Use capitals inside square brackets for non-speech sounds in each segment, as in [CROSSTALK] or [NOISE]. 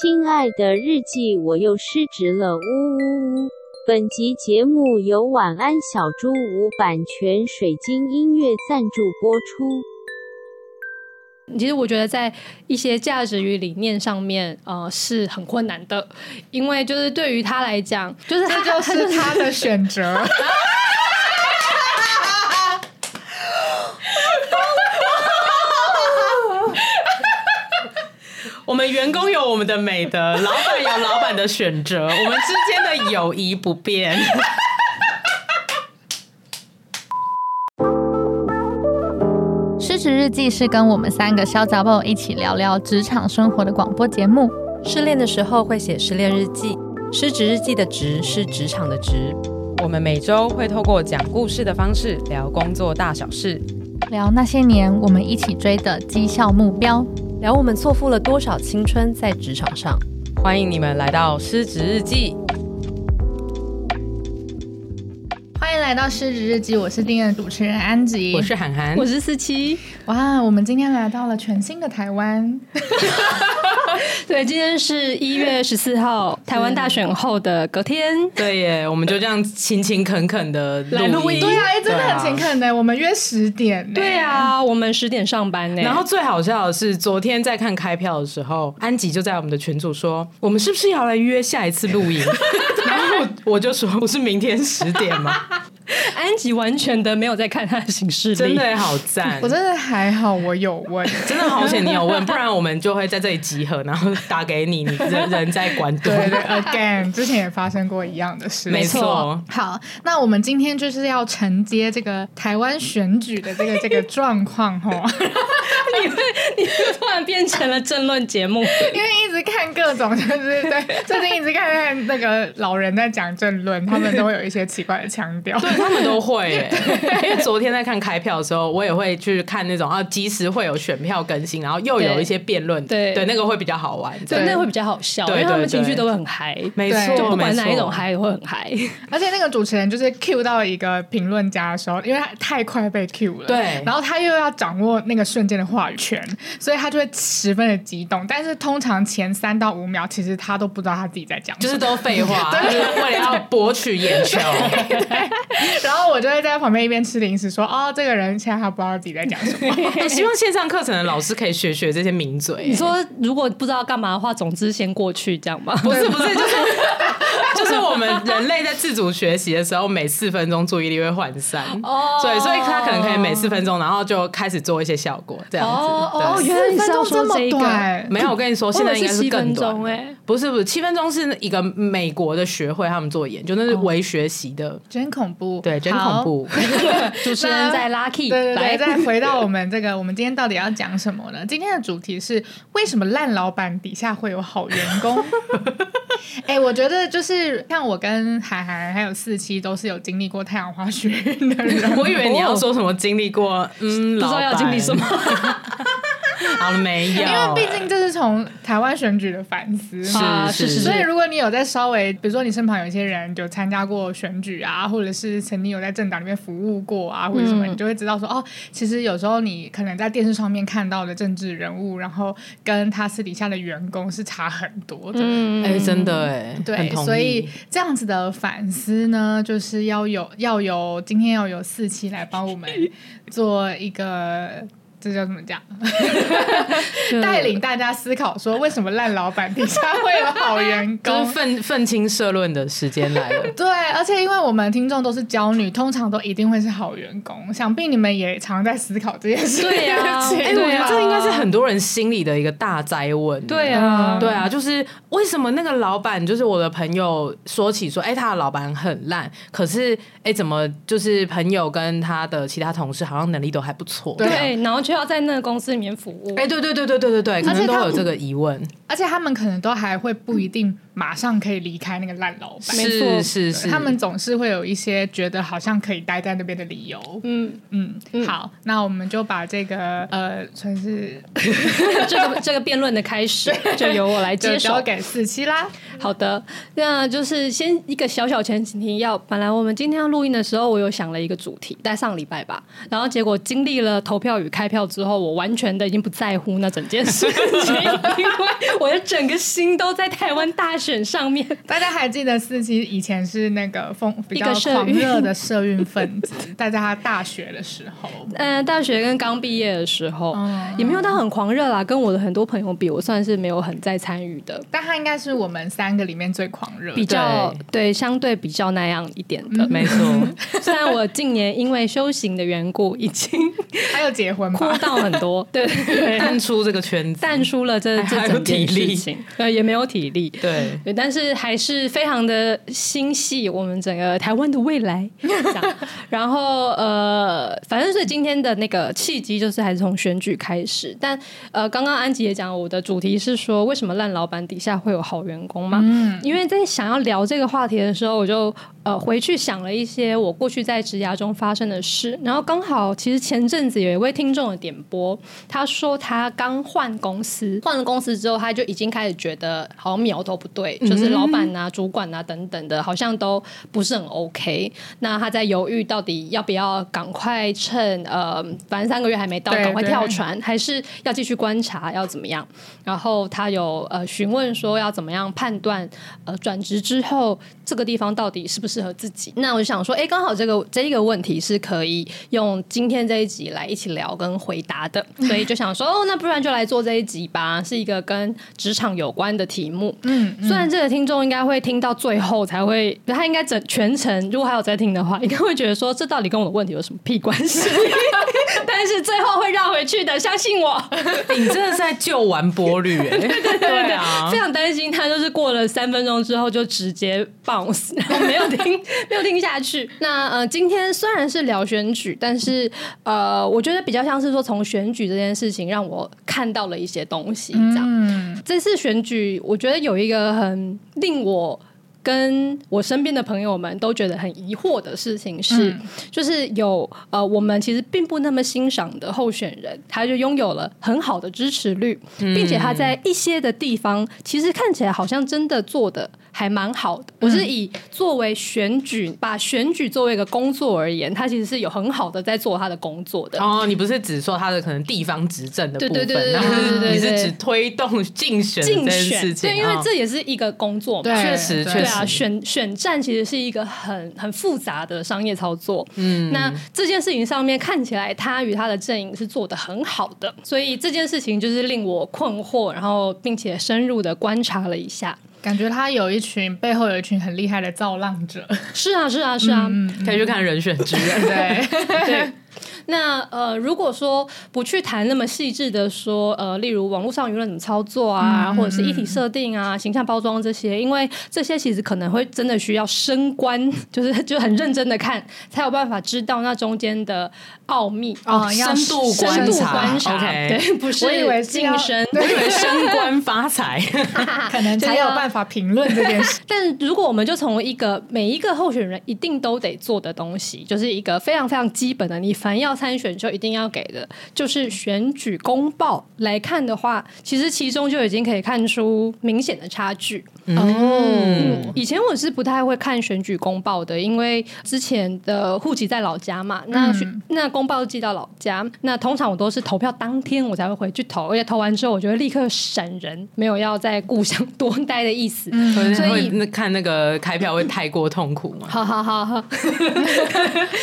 亲爱的日记，我又失职了，呜呜呜！本集节目由晚安小猪屋版权水晶音乐赞助播出。其实我觉得在一些价值与理念上面，呃，是很困难的，因为就是对于他来讲，就是他这 [LAUGHS] [LAUGHS] 就是他的选择。我们员工有我们的美德，老板有老板的选择，我们之间的友谊不 [LAUGHS] 变。失职日记是跟我们三个小杂宝一起聊聊职场生活的广播节目。失恋的时候会写失恋日记，失职日记的职是职场的职。我们每周会透过讲故事的方式聊工作大小事，聊那些年我们一起追的绩效目标。聊我们错付了多少青春在职场上。欢迎你们来到失职日记。欢迎来到《失职日记》，我是今天的主持人安嗯吉，我是涵涵，我是四七，哇，我们今天来到了全新的台湾，对，今天是一月十四号，台湾大选后的隔天，对耶，我们就这样勤勤恳恳的来录音，音对啊，哎，真的很勤恳呢。我们约十点呢，对啊，我们十点上班呢，然后最好笑的是，昨天在看开票的时候，安吉就在我们的群组说：“我们是不是要来约下一次录音？” [LAUGHS] 然后我我就说：“不是明天十点 [LAUGHS] 吗安吉完全的没有在看他的行事？”历，真的好赞我，真的还好，我有问， [LAUGHS] 真的好险你有问，不然我们就会在这里集合，然后打给你，你人人在关渡。对对，again，之前也发生过一样的事，没错。好，那我们今天就是要承接这个台湾选举的这个这个状况吼， [LAUGHS] 你会，你会突然变成了政论节目，因为一直看各种，就是对，最近一直看看那个老人在讲政论，他们都会有一些奇怪的腔调。对他们 [LAUGHS] 都会耶、因为昨天在看开票的时候，我也会去看那种啊，即时会有选票更新，然后又有一些辩论，对对，那个会比较好玩。对，那会比较好笑，因对为他们对情绪对都会很嗨，没对错，就不管没哪一种错嗨会很 [LAUGHS] 嗨，而且那个主持人就是 Q 到一个评论家的时候，因为他太快被 Q 了，对然后他又要掌握那个瞬间的话语权，所以他就会十分的激动。但是通常前三到五秒，其实他都不知道他自己在讲什就么，是都废 [LAUGHS] 话，就是为了要博取眼 [LAUGHS] 球。然后我就会在旁边一边吃零食说，哦，这个人现在他不知道自己在讲什么。我希望线上课程的老师可以学学这些名嘴你。说如果不知道干嘛的话，总之先过去这样吗？不是不是，就是 [LAUGHS] 就是我们人类在自主学习的时候，每四分钟注意力会涣散，哦对，所以他可能可以每四分钟，然后就开始做一些效果，这样子。哦哦，对原来你是要分钟说这这一么个。短，没有，我跟你说，现在应该七更分短钟了。哎，不是不是，七分钟是一个美国的学会他们做研究，那是哦微学习的，真恐怖，对，真恐怖。 [LAUGHS] 主持人在 Lucky 对对来对，再回到我们这个， [LAUGHS] 我们今天到底要讲什么呢？今天的主题是为什么烂老板底下会有好员 [LAUGHS] 工？哎、我觉得就是像我跟海涵还有四七都是有经历过太阳花学运的人，我以为你要说什么经历过， [LAUGHS] 嗯，不知道要老板经历什么。 [LAUGHS] 好了没有？因为毕竟这是从台湾选举的反思嘛。 [LAUGHS] 啊是是是所以，如果你有在稍微，比如说你身旁有一些人有参加过选举啊，或者是曾经有在政党里面服务过啊，或者什么，嗯你就会知道说，哦，其实有时候你可能在电视上面看到的政治人物，然后跟他私底下的员工是差很多的。嗯哎、真的哎、很对，同意所以这样子的反思呢，就是要有要有今天要有四期来帮我们做一个，这叫 [LAUGHS] 怎么讲？ [LAUGHS] 带领大家思考说，为什么烂老板底下会有好员就工。是？愤愤青社论的时间来了对，而且因为我们听众都是娇女，通常都一定会是好员工，想必你们也常在思考这件事 [LAUGHS] 情。对啊 [LAUGHS] 哎、我觉得这应该是很多人心里的一个大灾问。对啊，对啊，就是为什么那个老板，就是我的朋友说起说，哎、他的老板很烂，可是哎、怎么就是朋友跟他的其他同事好像能力都还不错？哎对啊对，然后就要在那个公司里面服务哎、。对对对对对对对，可而且能都他有这个疑问。而且他们可能都还会不一定马上可以离开那个烂老板。没错是是对是，他们总是会有一些觉得好像可以待在那边的理由。嗯，嗯，好，那我们就把这个呃，算是 [LAUGHS] 这个这个辩论的开始就由我来就接手交。给四七啦。好的，那就是先一个小小前提要，本来我们今天要录音的时候，我有想了一个主题，在上礼拜吧，然后结果经历了投票与开票之后，我完全的已经不在乎那整件事情， [LAUGHS] 因为我的整个心都在台湾大选上面。大家还记得四七以前是那个风比较一个社狂运热的社运分子，在他大学的时候，嗯、大学跟刚毕业的时候，嗯也没有到很狂热啦，跟我的很多朋友比，我算是没有很在参与的。但他应该是我们三个里面最狂热的。比较对，嗯相对比较那样一点的。呃没错，虽然我近年因为修行的缘故，已 [LAUGHS] 经还有结婚哭吧？到很多，对对 [LAUGHS] 对，淡出这个圈子，淡出了这这还有整件体力事情，呃，也没有体力。对，对，但是还是非常的心系我们整个台湾的未来。这样然后呃，反正所以今天的那个契机就是还是从选举开始。但呃，刚刚安吉也讲，我的主题是说为什么烂老板底下会有好员工嘛？嗯，因为在想要聊这个话题的时候，我就呃回去想了一些我过去在职涯中发生的事，然后刚好其实前阵子有一位听众的点播，他说他刚换公司，换了公司之后，他就已经开始觉得好像苗头不对，就是老板啊、主管啊等等的，好像都不是很 OK。那他在犹豫到底要不要赶快趁呃，反正三个月还没到，对赶快对跳船，还是要继续观察要怎么样？然后他有呃询问说要怎么样判断呃转职之后这个地方到底适不适合自己。那我就想说，哎，刚好这个这一个问题是可以用今天这一集来一起聊跟回答的，嗯所以就想说，哦，那不然就来做这一集吧，是一个跟职场有关的题目。嗯，虽然这个听众应该会听到最后才会，他应该整全程，如果还有在听的话，应该会觉得说这到底跟我的问题有什么屁关系？ [LAUGHS] 但是最后会绕回去的，相信我。你真的是在救完波率、欸， [LAUGHS] 对啊非，常担心他，就是过了三分钟之后就直接 bounce，然后没有听没有听下去。 [LAUGHS] 那呃，今天虽然是聊选举，但是呃，我觉得比较像是说从选举这件事情让我看到了一些东西，这样。嗯，这次选举，我觉得有一个很令我跟我身边的朋友们都觉得很疑惑的事情是，嗯就是有呃，我们其实并不那么欣赏的候选人，他就拥有了很好的支持率，并且他在一些的地方，其实看起来好像真的做的还蛮好的。我是以作为选举，把选举作为一个工作而言，他其实是有很好的在做他的工作的。哦，你不是只说他的可能地方执政的部对分，对对对然后对对对你是对只推动竞选这竞件选事情，对，因为哦这也是一个工作嘛，对，确实对确对实啊，选选战其实是一个很很复杂的商业操作。嗯，那这件事情上面看起来，他与他的阵营是做的很好的，所以这件事情就是令我困惑，然后并且深入的观察了一下。感觉他有一群背后有一群很厉害的造浪 [LAUGHS] 者，是啊，是啊，是啊。可以去看人选之人，对，对。那呃，如果说不去谈那么细致的说，呃，例如网络上舆论怎么操作啊，嗯或者是议题设定啊、形象包装这些，因为这些其实可能会真的需要升官， [LAUGHS] 就是就很认真的看，才有办法知道那中间的奥秘哦要深度深观度察观察 OK 对，不我以为是是晋要升。[LAUGHS] 我以为升官发财，可能就是才有要办法评论这件 [LAUGHS] 事。但如果我们就从一个每一个候选人一定都得做的东西，就是一个非常非常基本的，你凡要参选就一定要给的，就是选举公报来看的话，其实其中就已经可以看出明显的差距。嗯，以前我是不太会看选举公报的，因为之前的户籍在老家嘛，那、选那公报寄到老家，那通常我都是投票当天我才会回去投，而且投完之后我就会立刻闪人，没有要在故乡多待的意思。嗯所所以以会那看那个开票会太过痛苦吗？好好好好， [LAUGHS]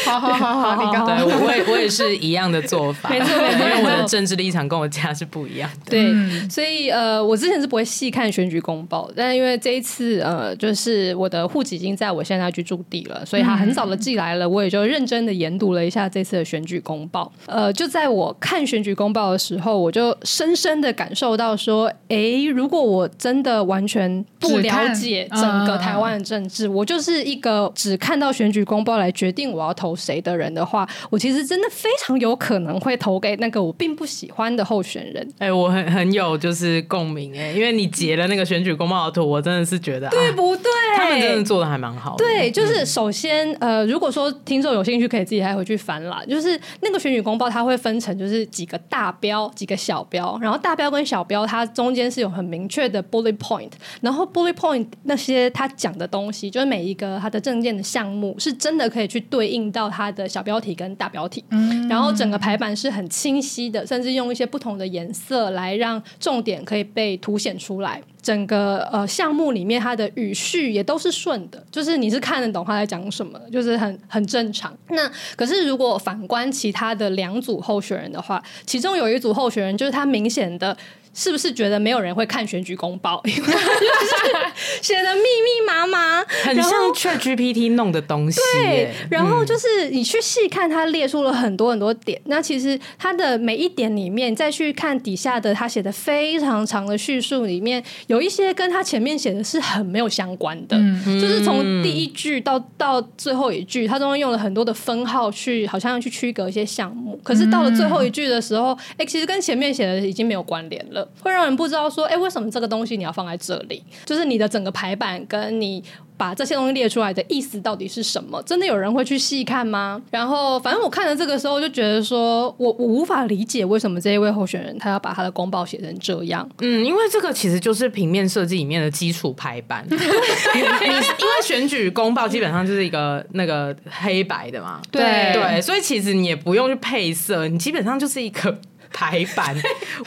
好好好好，你刚对，刚我我也我也是一样的做法，哦没错没错因为我没的错政治立场跟我家是不一样的。对，所以呃，我之前是不会细看选举公报，但因为这一次呃，就是我的户籍已经在我现在居住地了，所以他很早的寄来了，我也就认真的研读了一下这次的选举公报。呃，就在我看选举公报的时候，我就深深的感受到说，诶，如果我真的完全不只看了解整个台湾的政治，我就是一个只看到选举公报来决定我要投谁的人的话，我其实真的的非常有可能会投给那个我并不喜欢的候选人。哎、我很很有就是共鸣哎、因为你截了那个选举公报的图，我真的是觉得对对不对？他们真的做的还蛮好的。对，就是首先，呃，如果说听众有兴趣，可以自己再回去翻啦。就是那个选举公报，它会分成就是几个大标、几个小标，然后大标跟小标它中间是有很明确的 bullet point，然后 bullet point 那些他讲的东西，就是每一个他的证件的项目，是真的可以去对应到他的小标题跟大标题。然后整个排版是很清晰的，甚至用一些不同的颜色来让重点可以被凸显出来。整个呃项目里面，它的语序也都是顺的，就是你是看得懂他在讲什么的，就是很很正常。那可是如果反观其他的两组候选人的话，其中有一组候选人就是他明显的。是不是觉得没有人会看选举公报？因为他就是写的密密麻麻，很然像后 ChatGPT 弄的东西、对欸，，然后就是你去细看，它列出了很多很多点。那其实它的每一点里面，再去看底下的它写的非常长的叙述里面，有一些跟它前面写的是很没有相关的。就是从第一句到到最后一句，它中间用了很多的分号去，好像去区隔一些项目。可是到了最后一句的时候，哎、其实跟前面写的已经没有关联了，会让人不知道说，哎、为什么这个东西你要放在这里？就是你的整个排版跟你。把这些东西列出来的意思到底是什么？真的有人会去细看吗？然后，反正我看了这个时候就觉得说，我我无法理解为什么这一位候选人他要把他的公报写成这样。嗯，因为这个其实就是平面设计里面的基础排 [LAUGHS] 版。你你因为选举公报基本上就是一个那个黑白的嘛，对对，所以其实你也不用去配色，你基本上就是一个 [LAUGHS] 排版，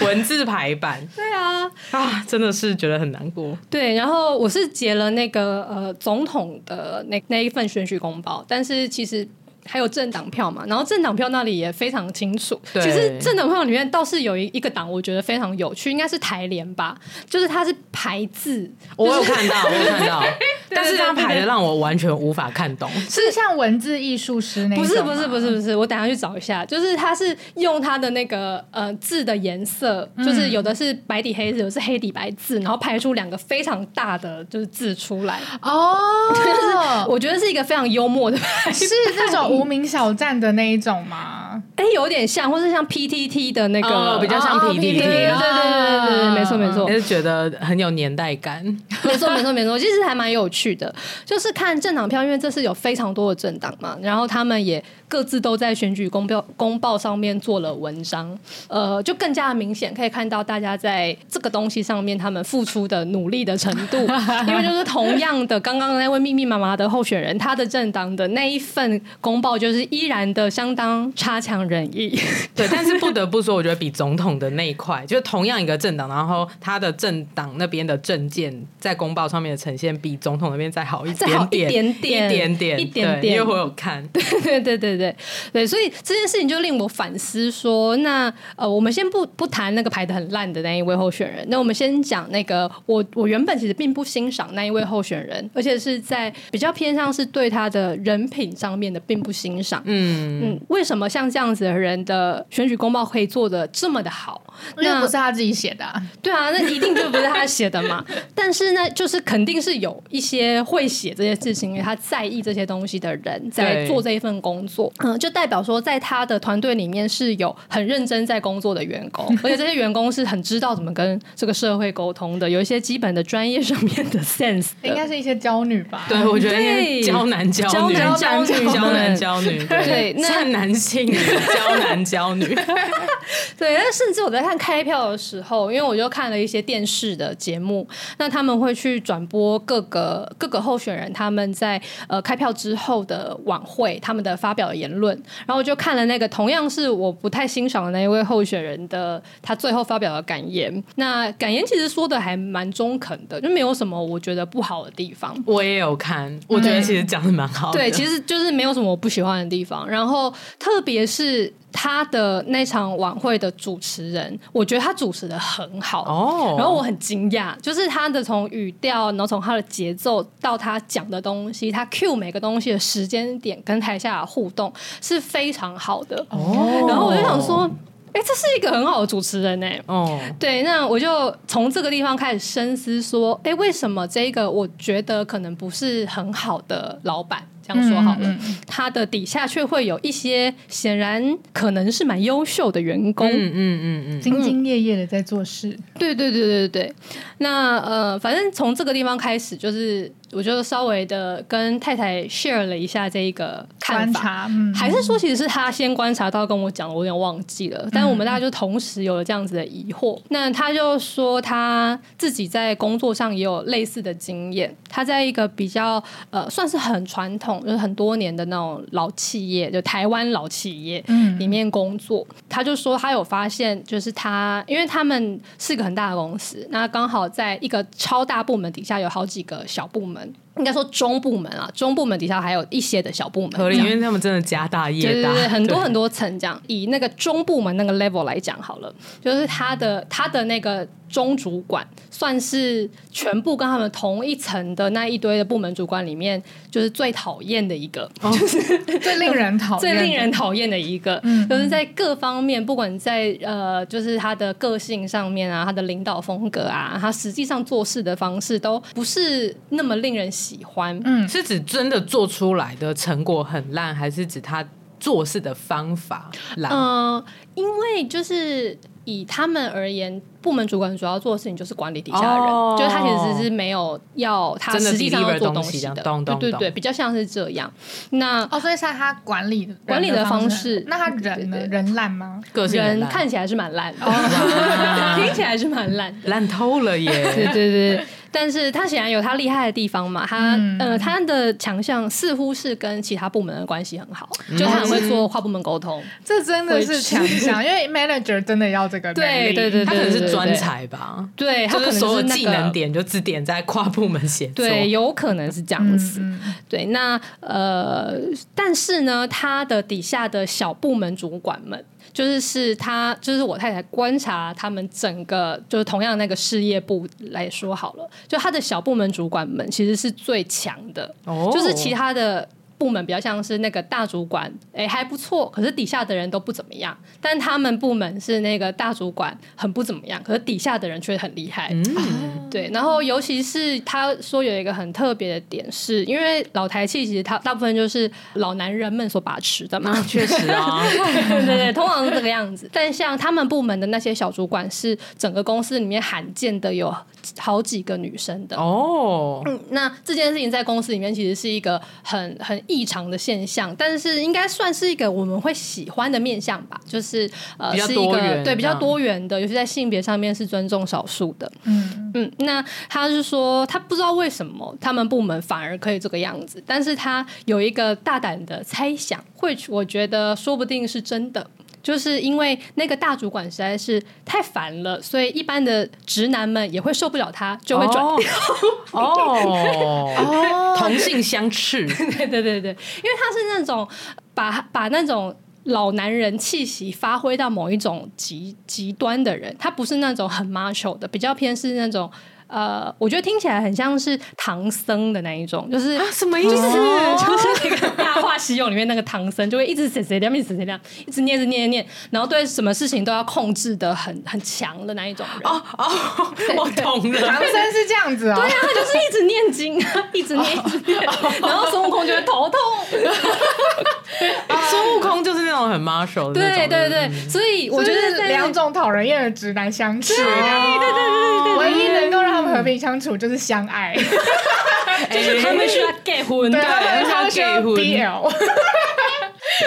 文字排版对啊，啊，真的是觉得很难过。对，然后我是截了那个呃总统的那那一份选举公报，但是其实。还有政党票嘛，然后政党票那里也非常清楚。对其实政党票里面倒是有一一个党，我觉得非常有趣，应该是台联吧，就是它是排字，我有看到，我有看到，但是他排的让我完全无法看懂。是像文字艺术师那不是种吗不是不是不是，我等一下去找一下，就是它是用它的那个呃字的颜色，就是嗯有的是白底黑字，有的是黑底白字，然后排出两个非常大的就是字出来， [LAUGHS] 哦，我觉得是一个非常幽默的排是这种无名小站的那一种吗？哎，有点像，或是像 PTT 的那个，哦比较像哦 PTT 对对对对对对，没错没错也是觉得很有年代感，没错没错没错，其实还蛮有趣的。就是看政党票，因为这次有非常多的政党嘛，然后他们也各自都在选举公报公报上面做了文章，呃，就更加明显可以看到大家在这个东西上面他们付出的努力的程 [LAUGHS] 度，因为就是同样的，刚刚那位密密麻麻的候选人，他的政党的那一份公报就是依然的相当差强人意。对，但是不得不说，我觉得比总统的那一块，就是同样一个政党，然后他的政党那边的政见在公报上面的呈现，比总统那边再好一再好点点，一点点一点点，一点对点因为我有看， [LAUGHS] 对对对对对，所以这件事情就令我反思说，那呃，我们先不不谈那个排的很烂的那一位候选人，那我们先讲那个我我原本其实并不欣赏那一位候选人，而且是在比较偏向是对他的人品上面的并不欣赏。嗯，嗯，为什么像这样子的人的选举公报可以做的这么的好？又那不是他自己写的啊， [LAUGHS] 对啊，那一定就不是他写的嘛。但是呢，就是肯定是有一些会写这些事情，因为他在意这些东西的人在对做这一份工作，嗯，就代表说在他的团队里面是有很认真在工作的员工，而且这些员工是很知道怎么跟这个社会沟通的，有一些基本的专业上面的 sense 的应该是一些娇女吧？ [LAUGHS] 对，我觉得对娇男娇女，娇男娇女娇男 [LAUGHS] 娇女，对那善男信女，娇男娇女，对，但甚至我在看开票的时候，因为我就看了一些电视的节目，那他们会去转播各个各个候选人他们在呃开票之后的晚会，他们的发表言论。然后我就看了那个同样是我不太欣赏的那一位候选人的他最后发表的感言。那感言其实说的还蛮中肯的，就没有什么我觉得不好的地方。我也有看，我觉得其实讲的蛮好嗯的，对，其实就是没有什么我不喜欢的地方。然后，特别是他的那场晚会的主持人，我觉得他主持的很好。哦，然后我很惊讶，就是他的从语调，然后从他的节奏到他讲的东西，他 cue 每个东西的时间点跟台下的互动是非常好的。哦，然后我就想说，哎、这是一个很好的主持人哎、哦，对，那我就从这个地方开始深思，说，哎，为什么这个我觉得可能不是很好的老板，这样说好了，嗯嗯他的底下却会有一些显然可能是蛮优秀的员工，嗯嗯嗯嗯，兢兢业业的在做事，对对对对对，那呃，反正从这个地方开始，就是我就稍微的跟太太 share 了一下这一个看观法。察，嗯，还是说，其实是他先观察到跟我讲的，我有点忘记了。嗯但我们大家就同时有了这样子的疑惑。那他就说他自己在工作上也有类似的经验。他在一个比较呃，算是很传统，就是很多年的那种老企业，就台湾老企业，嗯里面工作，他就说他有发现，就是他因为他们是个很大的公司，那刚好在一个超大部门底下有好几个小部门，应该说中部门啊，中部门底下还有一些的小部门，合理，这因样为他们真的家大对业大，嗯对对，很多对很多层这样。以那个中部门那个 level 来讲好了，就是他的他的那个中主管，算是全部跟他们同一层的那一堆的部门主管里面，就是最讨厌的一个。最令人讨厌，最令人讨厌的一个，嗯就是在各方面，不管在呃，就是他的个性上面啊，他的领导风格啊，他实际上做事的方式都不是那么令人喜欢。嗯，是指真的做出来的成果很烂，还是指他做事的方法烂？嗯、因为就是以他们而言，部门主管主要做的事情就是管理底下的人，哦就是他其实是没有要他真的实际上要 deliver 做东西西这样的，懂懂对对懂对，比较像是这样。那哦，所以是他管理人管理的的方式式，那他人呢？对对对人烂吗？个性很人烂哦看起来是蛮烂的，哇 [LAUGHS] 听起来是蛮烂的。烂透了 [LAUGHS] 对耶！对对，但是他显然有他厉害的地方嘛，他、嗯呃他的强项似乎是跟其他部门的关系很好，嗯就他很会做跨部门沟通，这真的是强项，因为 manager 真的要这个能对力对对他对可能对对是对专才吧，对他就可能是所有那个技能点就只点在跨部门协作。对，有可能是这样嗯子。嗯对，那呃，但是呢，他的底下的小部门主管们，就是是他，就是我太太观察他们整个，就是同样那个事业部来说好了，就他的小部门主管们其实是最强的，哦就是其他的。部门比较像是那个大主管，哎、还不错，可是底下的人都不怎么样。但他们部门是那个大主管很不怎么样，可是底下的人却很厉害。嗯，对，然后尤其是他说有一个很特别的点是，因为老台气其实他大部分就是老男人们所把持的嘛，确实啊， [LAUGHS] 对对对，通常是这个样子。但像他们部门的那些小主管，是整个公司里面罕见的有好几个女生的。哦，嗯，那这件事情在公司里面其实是一个很很异常的现象，但是应该算是一个我们会喜欢的面向吧，就是呃比较是一多个元对比较这样多元的，尤其在性别上面是尊重少数的。嗯，嗯，那他是说他不知道为什么他们部门反而可以这个样子，但是他有一个大胆的猜想，会我觉得说不定是真的。就是因为那个大主管实在是太烦了，所以一般的直男们也会受不了他，就会转掉 [LAUGHS] 哦，同性相斥， [LAUGHS] 对对对对，因为他是那种把把那种老男人气息发挥到某一种极极端的人，他不是那种很 macho 的，比较偏是那种。呃，我觉得听起来很像是唐僧的那一种，就是、啊什么意思？就是那个《大话西游》里面那个唐僧，就会一直谁谁亮，一直谁谁亮，一直念，一直念，一直念，然后对什么事情都要控制的很很强的那一种人。哦哦，我懂了。唐僧是这样子哦对，啊，他就是一直念经，啊一直念，一直念，哦然后孙悟空就会 [LAUGHS] 头痛。孙悟空就是那种很 martial 的那啊对种，对不对，，所以我觉就得是在 [LAUGHS] 两种讨人厌的直男相处，对啊对对对对，唯一能够让他们和平相处就是相 [LAUGHS] 爱，就是他们需要 get 婚，对，啊他们对他们需要他们 gay BL。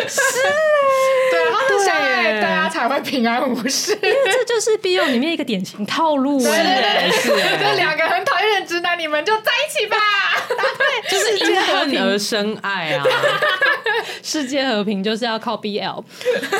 是，对，啊他们相爱，对大家才会平安无事。这就是 BO 里面一个典型套路对对哎。对，是欸这两个很讨厌的直男，你们就在一 [LAUGHS] 起吧。就是因恨而生爱 [LAUGHS] 啊。世界和平就是要靠 BL，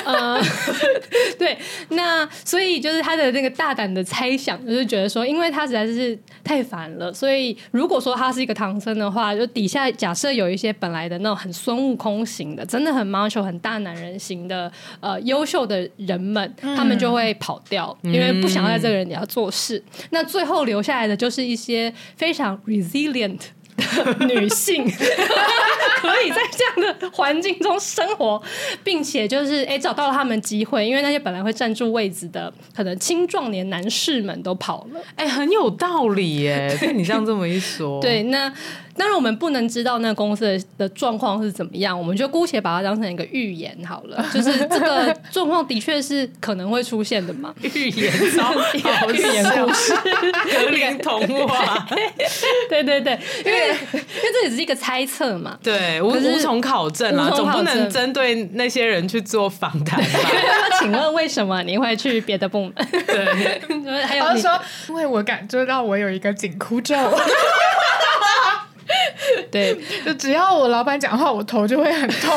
呃， [LAUGHS] 对，那所以就是他的那个大胆的猜想，就是觉得说，因为他实在是太烦了，所以如果说他是一个唐僧的话，就底下假设有一些本来的那种很孙悟空型的，真的很 macho 很大男人型的呃优秀的人们，他们就会跑掉，因为不想要在这个人底下做事。那最后留下来的就是一些非常 resilient。的女性 [LAUGHS] 可以在这样的环境中生活，并且就是哎、诶找到了他们机会，因为那些本来会占住位置的，可能青壮年男士们都跑了。哎、很有道理耶！被你这样这么一说， [LAUGHS] 对，那当然我们不能知道那个公司的的状况是怎么样，我们就姑且把它当成一个预言好了。就是这个状况的确是可能会出现的嘛， [LAUGHS] 预言超好预言笑故事。 [LAUGHS] 格林童话，对对对，因为因为这也只是一个猜测嘛。对，无可是无从考证啦，无从总考不证能针对那些人去做访谈吧？ [LAUGHS] 那请问为什么你会去别的部门？ [LAUGHS] 嗯对，对，还有他你就说，因为我感觉到我有一个紧箍咒，对， [LAUGHS] 就只要我老板讲话，我头就会很痛。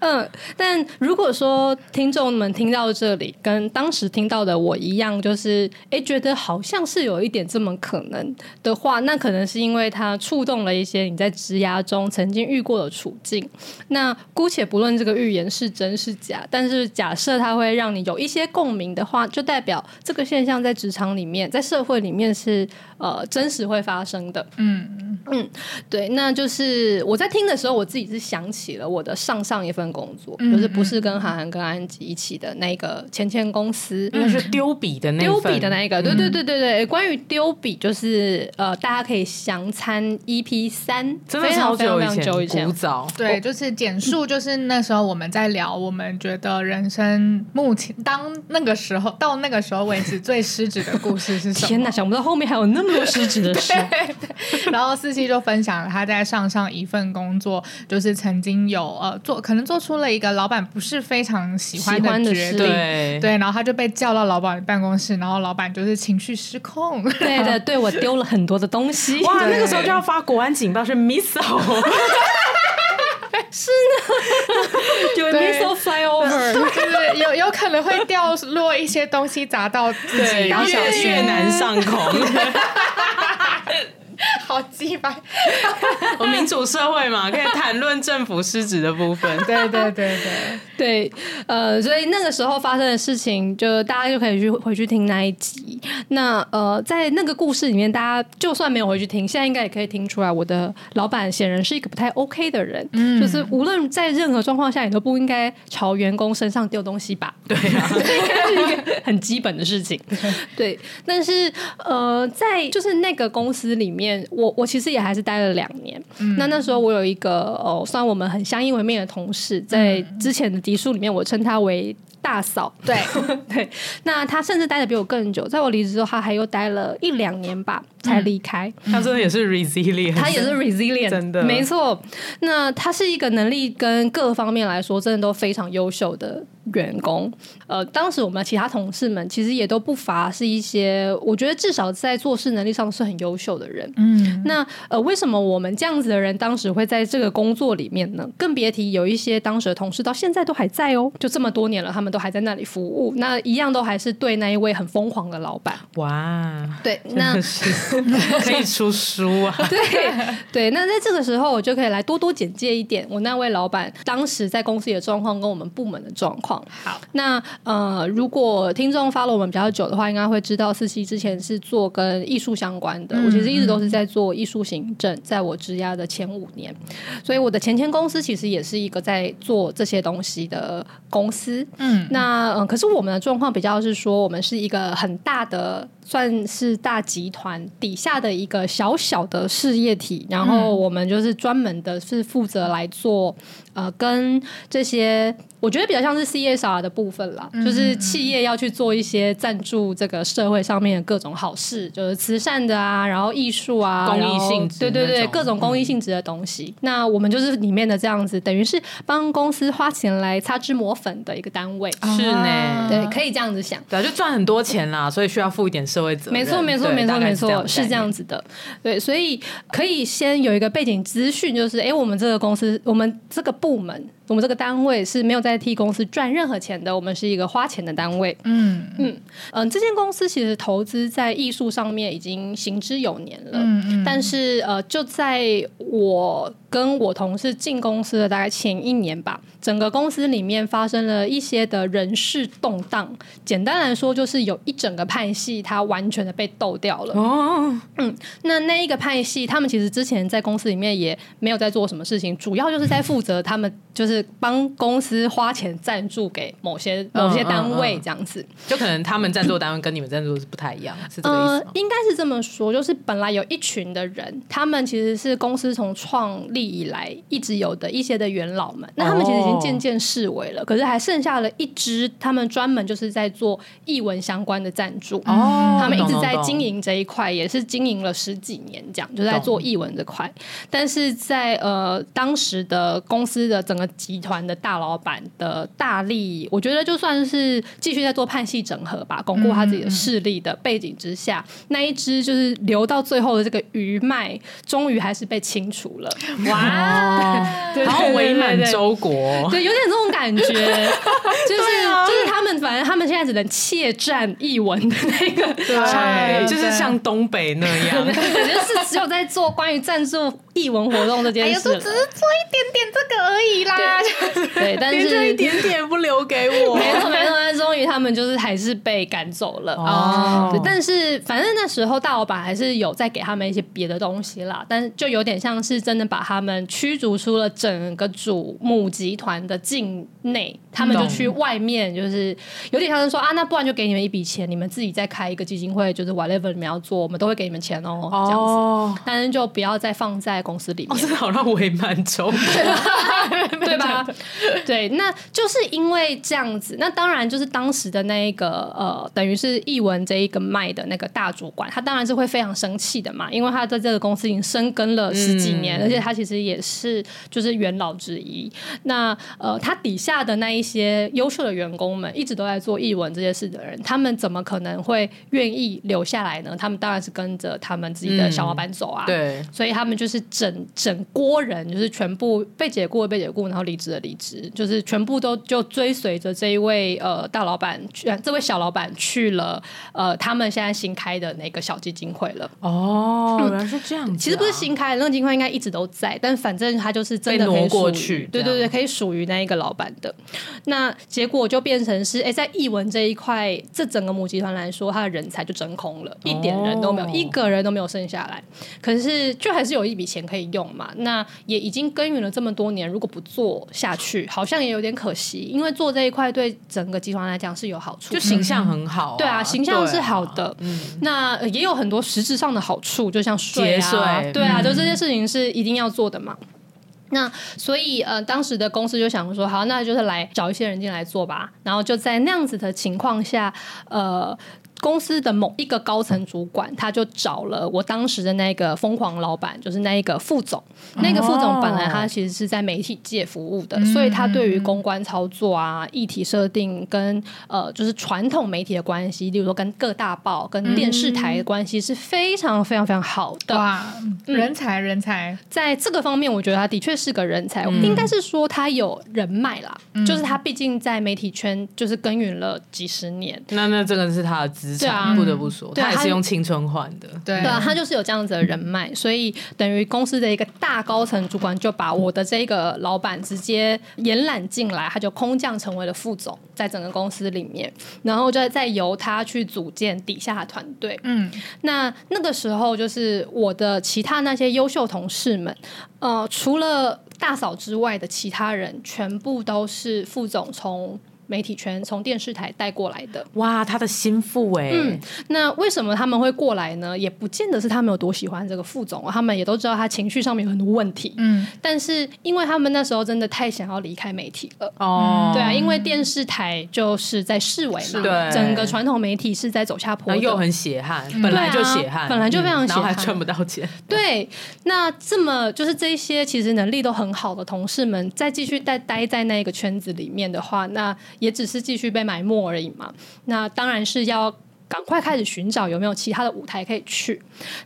嗯，但如果说听众们听到这里，跟当时听到的我一样，就是诶觉得好像是有一点这么可能的话，那可能是因为它触动了一些你在职涯中曾经遇过的处境。那姑且不论这个预言是真是假，但是假设它会让你有一些共鸣的话，就代表这个现象在职场里面，在社会里面是呃真实会发生的。 [LAUGHS] [LAUGHS] 嗯，对，那就是我在听的时候，我自己是想起了我的上上一份工作，就是不是跟韩寒跟安吉一起的那个芊芊公司。那是丢笔的那丢份笔嗯的那一个，嗯对对对对对，关于丢笔就是呃，大家可以详参 EP 三，真的非常超非常久非常久以前，古前，早。对，就是简述，就是那时候我们在聊，我们觉得人生目前当那个时候到那个时候为止最失职的故事是什么？天哪，想不到后面还有那么多失职的事， [LAUGHS] 然后四七就分享了他在上上一份工作，就是曾经有呃做，可能做出了一个老板不是非常喜欢喜欢的决事定，对，对，然后他就被叫到老板的办公室，然后老板就是情绪失 [LAUGHS] 控， [LAUGHS] 对的，对我丢了很多的东西， [LAUGHS] 哇，对那个时候就要发国安警报，是哦 missile，有对 missile [LAUGHS] flyover，就是有有可能会掉落一些东西砸到自己， [LAUGHS] 对，要越小心，越难上 [LAUGHS] 空。好鸡巴，我们民主社会嘛，可以谈论政府失职的部 [LAUGHS] 分。对对对对， [LAUGHS] 对，呃，所以那个时候发生的事情，就大家就可以去回去听那一集。那呃，在那个故事里面，大家就算没有回去听，现在应该也可以听出来，我的老板显然是一个不太 OK 的人，嗯就是无论在任何状况下，你都不应该朝员工身上丢东西吧？对 [LAUGHS] 啊，这应该是一个很基本的事情。对，但是呃，在就是那个公司里面，我我其实也还是待了两年。那那时候我有一个哦，算我们很相依为命的同事，在之前的集数里面，我称她为大嫂。对嗯 [LAUGHS] 对，那她甚至待的比我更久，在我离职之后，她还又待了一两年吧，才离开。他真的也是 resilient，他也是 resilient，嗯真的没错。那他是一个能力跟各方面来说，真的都非常优秀的员工。呃，当时我们其他同事们其实也都不乏是一些，我觉得至少在做事能力上是很优秀的人。嗯，那呃，为什么我们这样子的人当时会在这个工作里面呢？更别提有一些当时的同事到现在都还在哦，就这么多年了，他们都还在那里服务，那一样都还是对那一位很疯狂的老板。哇，对，真那的 [LAUGHS] 是可以出书啊！ [LAUGHS] 对对，那在这个时候，我就可以来多多简介一点我那位老板当时在公司里的状况跟我们部门的状况。好，那呃，如果听众 follow 我们比较久的话，应该会知道四期之前是做跟艺术相关的，我其实一直都是在做艺术行政，在我职涯的前五年，所以我的前前公司其实也是一个在做这些东西的公司。嗯，那嗯、呃可是我们的状况比较是说，我们是一个很大的，算是大集团底下的一个小小的事业体，然后嗯我们就是专门的是负责来做呃，跟这些我觉得比较像是 CSR 的部分啦，嗯就是企业要去做一些赞助这个社会上面的各种好事，就是慈善的啊，然后艺术啊，公益然后性质对对那对，种各种公益性质的东西。那我们就是里面的这样子，等于是帮公司花钱来擦脂抹粉的一个单位。是呢，对，可以这样子想。对啊，就赚很多钱啦，所以需要负一点社会责任。没错，没错，对没大错，概没是错，是这样子子的。对，所以可以先有一个背景资讯，就是哎，诶我们这个公司，我们这个部门我们这个单位是没有在替公司赚任何钱的，我们是一个花钱的单位。嗯嗯嗯，这间公司其实投资在艺术上面已经行之有年了，嗯但是呃，就在我跟我同事进公司的大概前一年吧，整个公司里面发生了一些的人事动荡。简单来说，就是有一整个派系，它完全的被斗掉了。哦，那那一个派系，他们其实之前在公司里面也没有在做什么事情，主要就是在负责他们就是帮公司花钱赞助给某些某些单位这样子。就可能他们战斗单位跟你们战斗是不太一样，是这个意呃思吗，？应该是这么说，就是本来有一群的人，他们其实是公司从创立以来一直有的一些的元老们，那他们哦其实已经渐渐式微了，可是还剩下了一支，他们专门就是在做译文相关的赞助。哦他们一直懂在懂经营这一块，也是经营了十几年，这样就在懂做译文这块。但是在呃当时的公司的整个集团的大老板的大力，我觉得就算是继续在做派系整合吧，巩固他自己的势力的背景之下，那一只就是留到最后的这个余脉，终于还是被清除了。 [LAUGHS] 哇，然后对伪满呃哦对对洲国，哦对，有点这种感觉， [LAUGHS] 就是、就是他们，反正他们现在只能怯战译文的那个对，对就是像东北那样， [LAUGHS] 对，就是只有在做关于赞助艺文活动这哎件呀，事就了只。是做一点点这个而已啦。对，但是没错点点不留给我没错，但是终于他们就是还是被赶走了。哦对，但是呃反正那时候大老板还是有在给他们一些别的东西啦，但是就有点像是真的把他们驱逐出了整个主母集团的境内，他们就懂去外面，就是有点像是说啊，那不然就给你们一笔钱，你们自己再开一个基金会，就是 whatever 你们要做，我们都会给你们钱哦，这样子。哦， [LAUGHS] 但是就不要再放在公司里面哦，，真的好让伪满洲国， [LAUGHS] 对吧？对，那就是因为这样子，那当然就是当时的那一个呃，等于是译文这一个卖的那个大主管，他当然是会非常生气的嘛，因为他在这个公司已经深耕了十几年，嗯而且他其实也是就是元老之一。那呃，他底下的那一些优秀的员工们，一直都在做译文这些事的人，他们怎么可能会愿意留下来呢？他们当然是跟着他们自己的小老板走啊，嗯对，所以他们就是整整锅人，就是全部被解雇的被解雇，然后离职的离职，就是全部都就追随着这一位呃大老板去，呃这位小老板去了呃他们现在新开的那个小基金会了。哦，原来是这样子啊，嗯其实不是新开的，那个基金会应该一直都在，但反正他就是真的被挪可以属于过去对这对对，样可以属于那一个老板的。那结果就变成是，哎，在译文这一块，这整个母集团来说，他的人才就真空了，一点人都没有，哦一个人都没有剩下来。可是就还是有一笔钱可以用嘛，那也已经耕耘了这么多年，如果不做下去，好像也有点可惜，因为做这一块对整个集团来讲是有好处的，就形象很好啊，对啊，形象对是啊好的，那呃也有很多实质上的好处，就像税节啊，税对啊，就这些事情是一定要做的嘛。那所以呃，当时的公司就想说，好，那就是来找一些人进来做吧。然后就在那样子的情况下，呃，公司的某一个高层主管，他就找了我当时的那个疯狂老板，就是那一个副总。那个副总本来他其实是在媒体界服务的，所以他对于公关操作啊、议题设定跟呃，就是传统媒体的关系，例如说跟各大报、跟电视台的关系是非常非常非常好的。哇，人才人才，在这个方面，我觉得他的确是个人才，应该是说他有人脉啦，就是他毕竟在媒体圈就是耕耘了几十年，那那这个是他的资对啊产，不得不说，对啊他也他是用青春换的。对对啊，他就是有这样子的人脉，所以等于公司的一个大高层主管就把我的这个老板直接延揽进来，他就空降成为了副总，在整个公司里面，然后就再由他去组建底下的团队。嗯，那那个时候就是我的其他那些优秀同事们，呃，除了大嫂之外的其他人，全部都是副总从媒体圈、从电视台带过来的。哇，他的心腹哎、嗯那为什么他们会过来呢？也不见得是他们有多喜欢这个副总，啊他们也都知道他情绪上面有很多问题。嗯，但是因为他们那时候真的太想要离开媒体了，哦，对啊，因为电视台就是在视为是嘛，对整个传统媒体是在走下坡然的，后又很血汗，本来就对血汗，啊本来就非常嗯然后还血汗赚不到 [LAUGHS] 钱，对，那这么就是这一些其实能力都很好的同事们，再继续待待在那个圈子里面的话，那也只是继续被埋没而已嘛。那当然是要赶快开始寻找有没有其他的舞台可以去。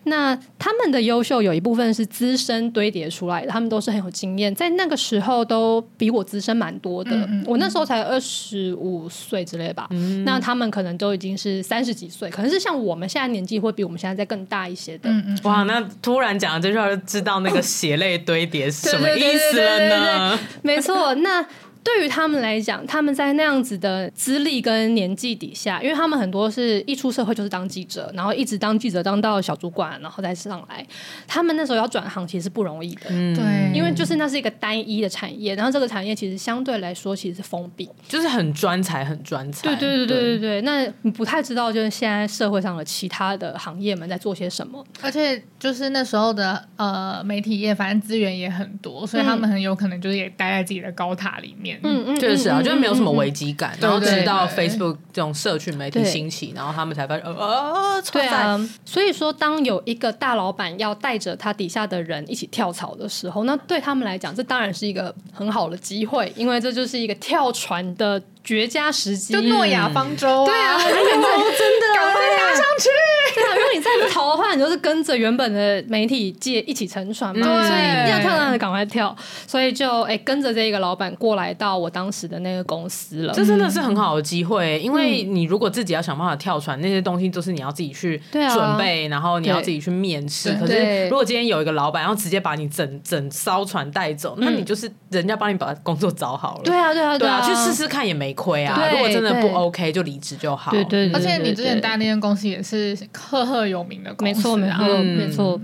那他们的优秀有一部分是资深堆叠出来的，他们都是很有经验，在那个时候都比我资深蛮多的。嗯嗯嗯嗯我那时候才二十五岁之类吧，那他们可能都已经是三十几岁，可能是像我们现在年纪会比我们现在再更大一些的。嗯嗯，哇，那突然讲了这句话，就知道那个血泪堆叠是什么对对对意思了呢？ [LAUGHS] 没错，那。对于他们来讲，他们在那样子的资历跟年纪底下，因为他们很多是一出社会就是当记者，然后一直当记者当到小主管，然后再上来。他们那时候要转行其实是不容易的，嗯对，因为就是那是一个单一的产业，然后这个产业其实相对来说其实是封闭。就是很专才，很专才。对对对对对对，那你不太知道就是现在社会上的其他的行业们在做些什么。而且就是那时候的呃媒体业，反正资源也很多，所以他们很有可能就是也待在自己的高塔里面。嗯嗯，确实啊，嗯就是没有什么危机感，然后对对直到对 Facebook 这种社群媒体对兴起，然后他们才发现，呃哦，对啊，啊，所以说，当有一个大老板要带着他底下的人一起跳槽的时候，那对他们来讲，这当然是一个很好的机会，因为这就是一个跳船的绝佳时 [LAUGHS] 机。就诺亚方舟、啊，对 [LAUGHS] 啊，真的，啊赶快拿上去。对啊，如果你再不逃的话，你就是跟着原本的媒体界一起沉船嘛，对所以要跳当然赶快跳，所以就哎、跟着这个老板过来到我当时的那个公司了。这真的是很好的机会，因为嗯你如果自己要想办法跳船，那些东西都是你要自己去对啊准备，然后你要自己去面试。可是对如果今天有一个老板，然后直接把你整整艘船带走，那你就是人家帮你把工作找好了。嗯对啊，对啊，对啊，啊，去试试看也没亏啊。对如果真的不对 OK，就离职就好。对。对对对对而且你之前对待那间公司也是赫赫有名的公没司错，啊，没错，嗯没错。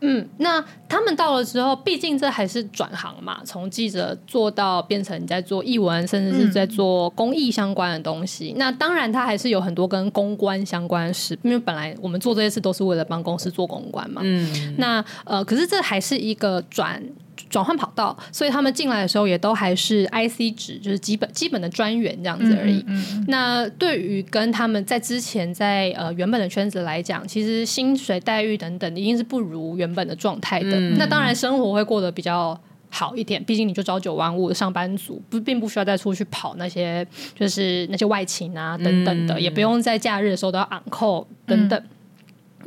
嗯，那他们到了之后，毕竟这还是转行嘛，从记者做到变成你在做译文，甚至是在做公益相关的东西。那当然，它还是有很多跟公关相关的事，因为本来我们做这些事都是为了帮公司做公关嘛。嗯，那呃，可是这还是一个转。转换跑道，所以他们进来的时候也都还是 IC 值，就是基本基本的专员这样子而已。嗯嗯嗯那对于跟他们在之前在呃原本的圈子来讲，其实薪水待遇等等一定是不如原本的状态的。嗯那当然生活会过得比较。好一点，毕竟你就朝九晚五的上班族，不并不需要再出去跑那些就是那些外勤啊等等的，嗯也不用在假日的时候都要 on call 等等。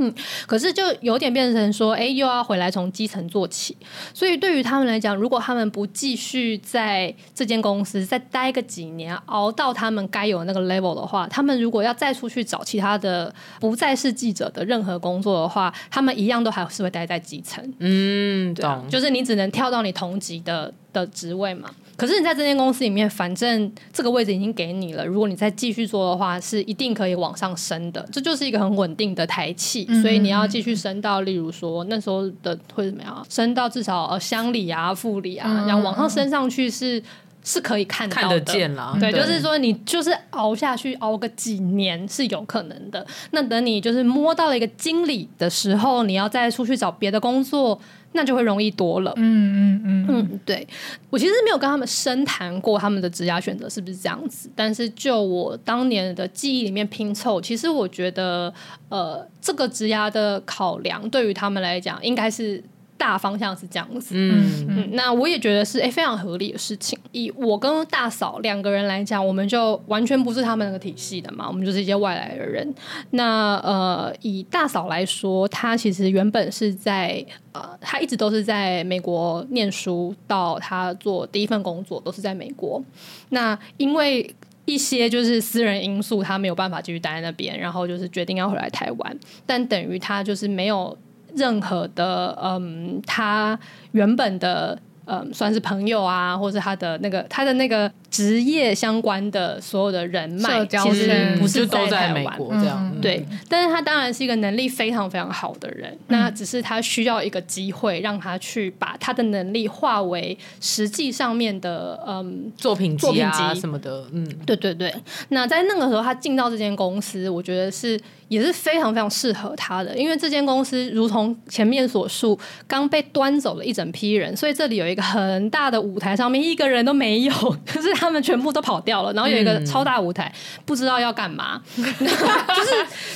嗯，可是就有点变成说，哎，又要回来从基层做起。所以对于他们来讲，如果他们不继续在这间公司再待个几年，熬到他们该有那个 level 的话，他们如果要再出去找其他的不再是记者的任何工作的话，他们一样都还是会待在基层。嗯，对啊懂，。就是你只能跳到你同级的的职位嘛。可是你在这间公司里面，反正这个位置已经给你了，如果你再继续做的话，是一定可以往上升的。这就是一个很稳定的台气，嗯所以你要继续升到，例如说那时候的会怎么样啊，升到至少呃乡里啊、副里嗯啊，然后往上升上去是是可以看到看的。得见啦，嗯对，就是说你就是熬下去，熬个几年是有可能的。那等你就是摸到了一个经理的时候，你要再出去找别的工作，那就会容易多了。嗯嗯嗯，嗯，对我其实没有跟他们深谈过他们的职涯选择是不是这样子，但是就我当年的记忆里面拼凑，其实我觉得，呃，这个职涯的考量对于他们来讲，应该是大方向是这样子。嗯，嗯，那我也觉得是哎、诶非常合理的事情。以我跟大嫂两个人来讲，我们就完全不是他们那个体系的嘛，我们就是一些外来的人。那呃，以大嫂来说，她其实原本是在呃，她一直都是在美国念书，到她做第一份工作都是在美国。那因为一些就是私人因素，她没有办法继续待在那边，然后就是决定要回来台湾，但等于她就是没有任何的嗯，她原本的。嗯，算是朋友啊，或是她的那个她的那个职业相关的所有的人脉，社交其实不圈嗯就是都在台美湾国这样，嗯，对，但是他当然是一个能力非常非常好的人，嗯那只是他需要一个机会，让他去把他的能力化为实际上面的，嗯，作品作集品啊集什么的，嗯，对对对。那在那个时候，他进到这间公司，我觉得是也是非常非常适合他的，因为这间公司如同前面所述，刚被端走了一整批人，所以这里有一个很大的舞台，上面一个人都没有， [LAUGHS] 就是他们全部都跑掉了，然后有一个超大舞台，不知道要干嘛， [LAUGHS] 就是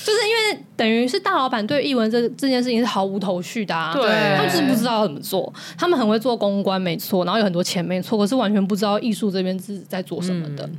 就是因为等于是大老板对译文这这件事情是毫无头绪的、啊，对他们就是不知道要怎么做，他们很会做公关没错，然后有很多钱没错，可是完全不知道艺术这边是在做什么的。嗯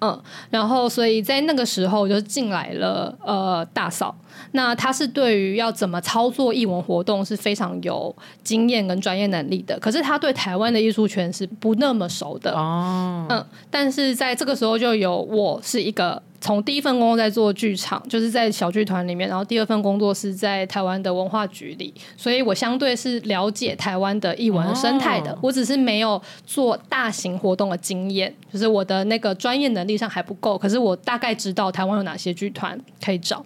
嗯，然后所以在那个时候我就进来了呃大嫂，那她是对于要怎么操作艺文活动是非常有经验跟专业能力的，可是她对台湾的艺术圈是不那么熟的哦，嗯，但是在这个时候就有我是一个从第一份工作在做剧场，就是在小剧团里面，然后第二份工作是在台湾的文化局里，所以我相对是了解台湾的艺文生态的。哦我只是没有做大型活动的经验，就是我的那个专业能力上还不够，可是我大概知道台湾有哪些剧团可以找。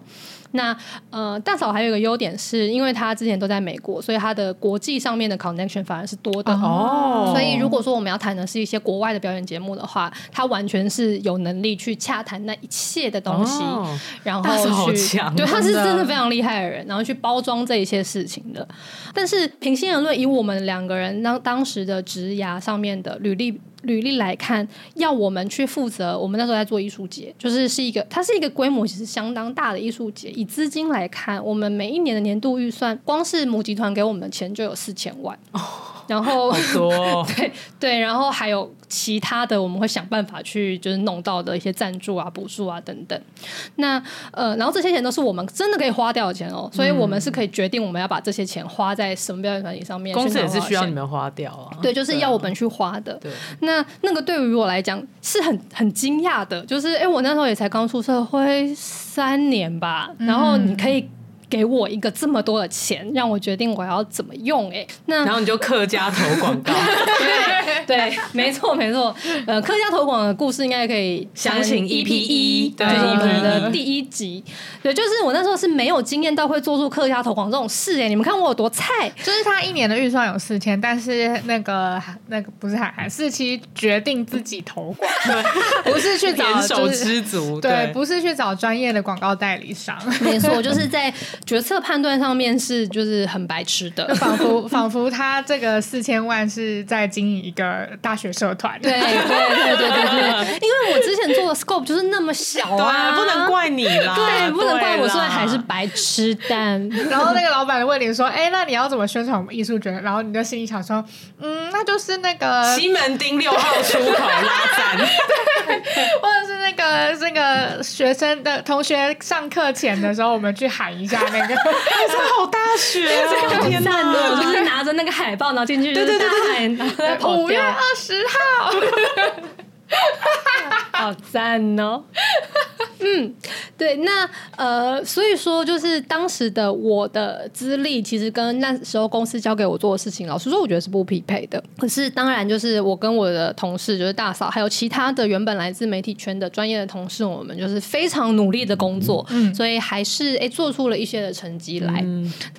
那呃，大嫂还有一个优点是，因为她之前都在美国，所以她的国际上面的 connection 反而是多的。哦所以，如果说我们要谈的是一些国外的表演节目的话，他完全是有能力去洽谈那一切的东西，哦然大嫂后好去强对，他是真的真的非常厉害的人，然后去包装这一些事情的。但是平心而论，以我们两个人当当时的职涯上面的履历。履历来看，要我们去负责，我们那时候在做艺术节，就是是一个，它是一个规模其实相当大的艺术节。以资金来看，我们每一年的年度预算，光是母集团给我们的钱就有四千万，哦然后好 [LAUGHS] 多哦对对，然后还有其他的，我们会想办法去就是弄到的一些赞助啊、补助啊等等。那呃，然后这些钱都是我们真的可以花掉的钱哦，所以我们是可以决定我们要把这些钱花在什么表演团体上面。公司也宣传是画需要线你们花掉啊。对，就是要我们去花的。对，那那个对于我来讲是很很惊讶的，就是哎、诶我那时候也才刚出社会三年吧，然后你可嗯以给我一个这么多的钱，让我决定我要怎么用、诶哎，那然后你就客家投广 [LAUGHS] 告，对，没错没错。呃，客家投广的故事应该可以 E 详情 EP 一对，对就是我们 EP 的一第一集。对，就是我那时候是没有经验到会做出客家投广这种事哎、你们看我有多菜。就是他一年的预算有四千，但是那个那个不是海涵，四期决定自己投 [LAUGHS] 广，不是去找联手就 [LAUGHS] 知是足，对，不是去找专业的广告代理商，没错，就是在决策判断上面是就是很白痴的就。仿佛 [LAUGHS] 仿佛他这个四千万是在经营一个大学社团，对对对对对对，因为我之前做的 scope 就是那么小对啊，啊，不能。怪你啦，对，不能怪我，对啦虽然还是白痴蛋。然后那个老板问你说：“哎、那你要怎么宣传我们艺术节？”然后你就心里想说：“嗯，那就是那个，西门町六号出口 [LAUGHS] 拉站，或者是那个那个学生的同学上课前的时候，我们去喊一下 [LAUGHS] 那个。这好大学哦， [LAUGHS] [LAUGHS] 天啊赞的，就哪！是拿着那个海报，然后进去就是大喊，然后 [LAUGHS] 再跑五月掉二十号，好赞 [LAUGHS] 哦！嗯，对，那呃，所以说就是当时的我的资历，其实跟那时候公司交给我做的事情，老实说，我觉得是不匹配的。可是当然，就是我跟我的同事，就是大嫂，还有其他的原本来自媒体圈的专业的同事，我们就是非常努力的工作，嗯所以还是诶做出了一些的成绩来。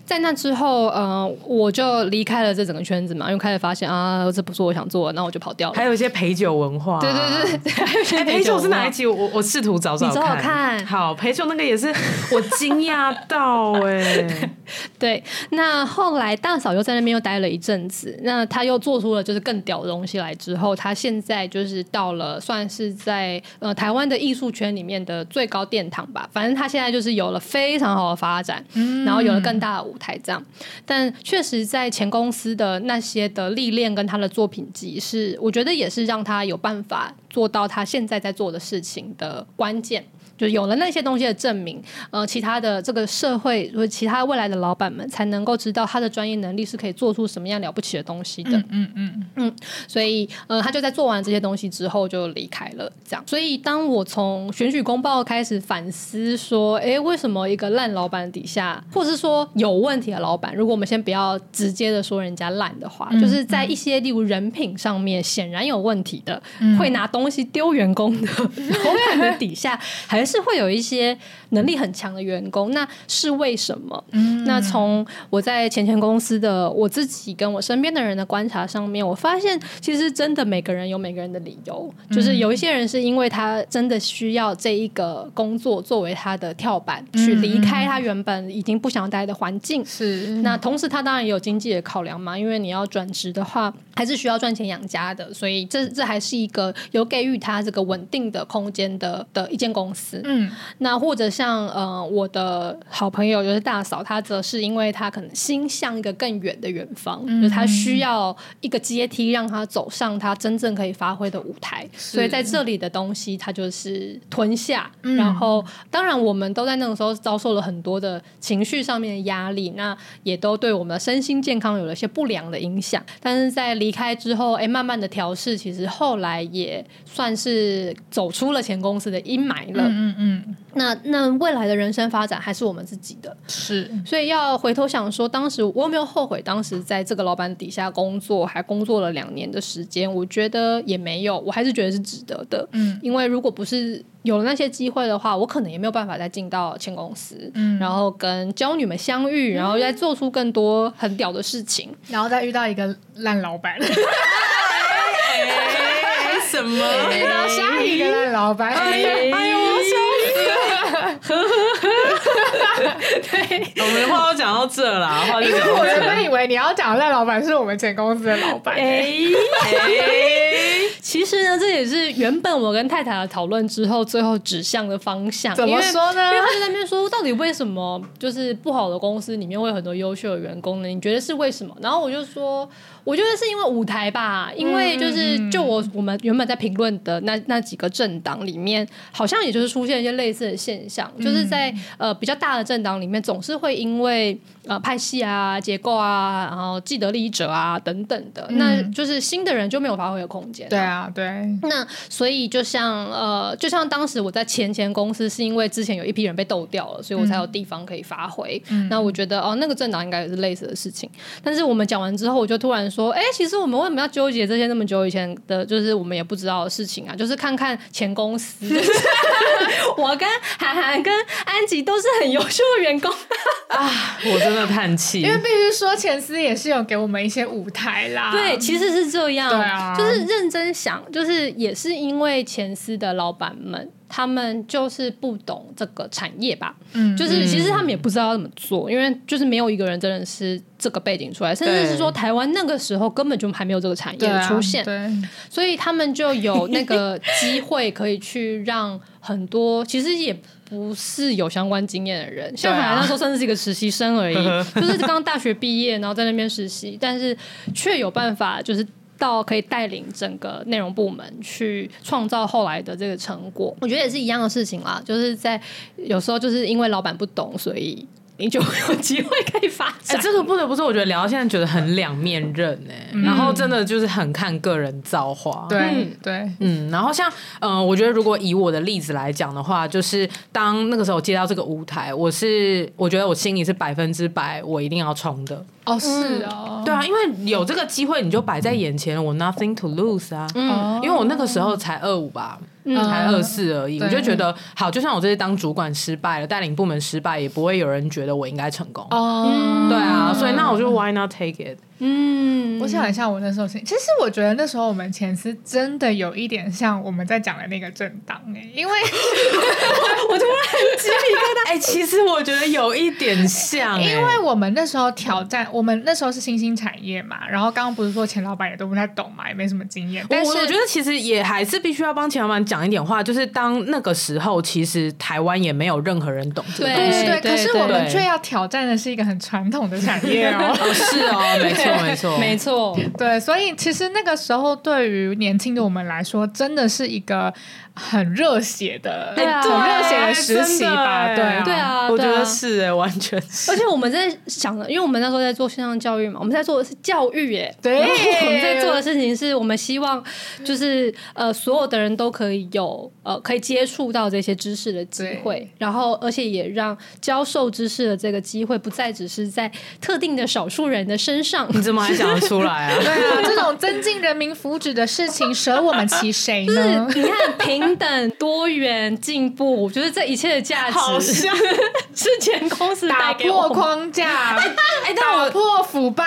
在那之后，呃，我就离开了这整个圈子嘛，因为开始发现啊，这不是我想做的，那我就跑掉了。还有一些陪酒文化，啊对对对对，还有一些哎，陪陪酒是文化哪一集？我我试图找找你找找看好，陪酒那个也是我惊讶 [LAUGHS] 到哎，对，那后来大嫂又在那边又待了一阵子，那她又做出了就是更屌的东西来之后，她现在就是到了算是在呃台湾的艺术圈里面的最高殿堂吧，反正她现在就是有了非常好的发展，然后有了更大的舞台这样。但确实在前公司的那些的历练跟她的作品集是，我觉得也是让她有办法做到她现在在做的事情的关键。就有了那些东西的证明，呃，其他的这个社会或者其他未来的老板们才能够知道他的专业能力是可以做出什么样了不起的东西的。嗯嗯，所以，呃，他就在做完这些东西之后就离开了。这样，所以当我从选举公报开始反思说，诶，为什么一个烂老板底下，或是说有问题的老板，如果我们先不要直接的说人家烂的话，就是在一些例如人品上面显然有问题的，会拿东西丢员工的老板的底下，还是会有一些能力很强的员工，那是为什么？那从我在前前公司的我自己跟我身边的人的观察上面，我发现其实真的每个人有每个人的理由，就是有一些人是因为他真的需要这一个工作作为他的跳板，去离开他原本已经不想待的环境。 [LAUGHS] 是那同时，他当然也有经济的考量嘛，因为你要转职的话，还是需要赚钱养家的，所以这这还是一个有给予他这个稳定的空间的的一间公司。司。嗯，那或者像呃，我的好朋友就是大嫂，她则是因为她可能心向一个更远的远方，嗯就是她需要一个阶梯让她走上她真正可以发挥的舞台，所以在这里的东西她就是吞下。嗯然后，当然我们都在那个时候遭受了很多的情绪上面的压力，那也都对我们的身心健康有了一些不良的影响。但是在离开之后，哎，慢慢的调试，其实后来也算是走出了前公司的阴霾了。嗯嗯，那那未来的人生发展还是我们自己的，是，所以要回头想说，当时我有没有后悔？当时在这个老板底下工作，还工作了两年的时间，我觉得也没有，我还是觉得是值得的。嗯因为如果不是有了那些机会的话，我可能也没有办法再进到前公司，嗯，然后跟娇女们相遇，然后再做出更多很屌的事情。然后再遇到一个烂老板，哎，什么？ [LAUGHS] 遇到下一个烂老板，哎呦，我 [LAUGHS] 笑死了！对，我们话都讲到这啦，话就因讲为到我这原本以为你要讲赖老板是我们前公司的老板，哎其实呢，这也是原本我跟太太的讨论之后，最后指向的方向。怎么因为说呢因为他就在那边说，到底为什么就是不好的公司里面会有很多优秀的员工呢？你觉得是为什么？然后我就说，我觉得是因为舞台吧，因为就是、嗯就我我们原本在评论的那那几个政党里面，好像也就是出现一些类似的现象，就是在嗯呃比较大的政党里面，总是会因为呃派系啊、结构啊，然后既得利益者啊等等的，那就是新的人就没有发挥的空间、嗯对。啊，对，那所以就像呃，就像当时我在前前公司，是因为之前有一批人被斗掉了，所以我才有地方可以发挥。那我觉得哦，那个政党应该也是类似的事情。但是我们讲完之后，我就突然说，哎、其实我们为什么要纠结这些那么久以前的，就是我们也不知道的事情啊？就是看看前公司， [LAUGHS] 就是我跟韩寒跟安吉都是很优秀的员工，我真的叹气，因为必须说前司也是有给我们一些舞台啦，对，其实是这样，啊对就啊是认真想，就是也是因为前司的老板们，他们就是不懂这个产业吧，嗯就是其实他们也不知道怎么做，因为就是没有一个人真的是这个背景出来，甚至是说台湾那个时候根本就还没有这个产对业啊出现，对，所以他们就 [LAUGHS] 有那个机会可以去让很多其实也。不是有相关经验的人，像对啊海那时候甚至是一个实习生 [LAUGHS] 而已，就是刚大学毕业，然后在那边实习，但是却有办法，就是到可以带领整个内容部门去创造后来的这个成果。我觉得也是一样的事情啦，就是在有时候就是因为老板不懂，所以你就会有机会可以发哎、展。这个不得不说，我觉得聊到现在觉得很两面刃哎、然后真的就是很看个人造化。对对，嗯，然后像呃，我觉得如果以我的例子来讲的话，就是当那个时候接到这个舞台，我是我觉得我心里是百分之百，我一定要冲的。哦是哦，对啊，因为有这个机会，你就摆在眼前，我 nothing to lose 啊。哦因为我那个时候才二五吧，嗯才二四而已，对我就觉得好，就算我这次当主管失败了，带领部门失败，也不会有人觉得我应该成功。哦对啊，所以那我就 why not take it？嗯，我想一下，我那时候心，其实我觉得那时候我们前司真的有一点像我们在讲的那个政党哎、因为 [LAUGHS] [LAUGHS] 哎、其实我觉得有一点像、哎因为我们那时候挑战，我们那时候是新兴产业嘛，然后刚刚不是说前老板也都不太懂嘛，也没什么经验，但我是我觉得其实也还是必须要帮钱老板讲一点话，就是当那个时候，其实台湾也没有任何人懂这个东对西。对对，对可是我们对却要挑战的是一个很传统的产业 [LAUGHS] 哦。哦， [LAUGHS] 是哦，没错没错，没错，对，所以其实那个时候对于年轻的我们来说，真的是一个很热血的、对啊很热血的实习吧？真对的啊，哎对啊，我觉对得啊是哎、完全 [LAUGHS] 是。而且我们在想的，因为我们那时候在做线上教育嘛，我们在做的是教育耶。对然后我们在做的事情是我们希望就是呃，所有的人都可以有呃，可以接触到这些知识的机会对，然后而且也让教授知识的这个机会不再只是在特定的少数人的身上。嗯你怎么还想得出来啊？ [LAUGHS] 对啊，这种增进人民福祉的事情，舍我们其 [LAUGHS] 谁呢？ [LAUGHS] 你看，平等、多元、进步，我觉得这一切的价好值 [LAUGHS] 是像前公司打带给我破们框架， [LAUGHS] 哎、但我打破腐败，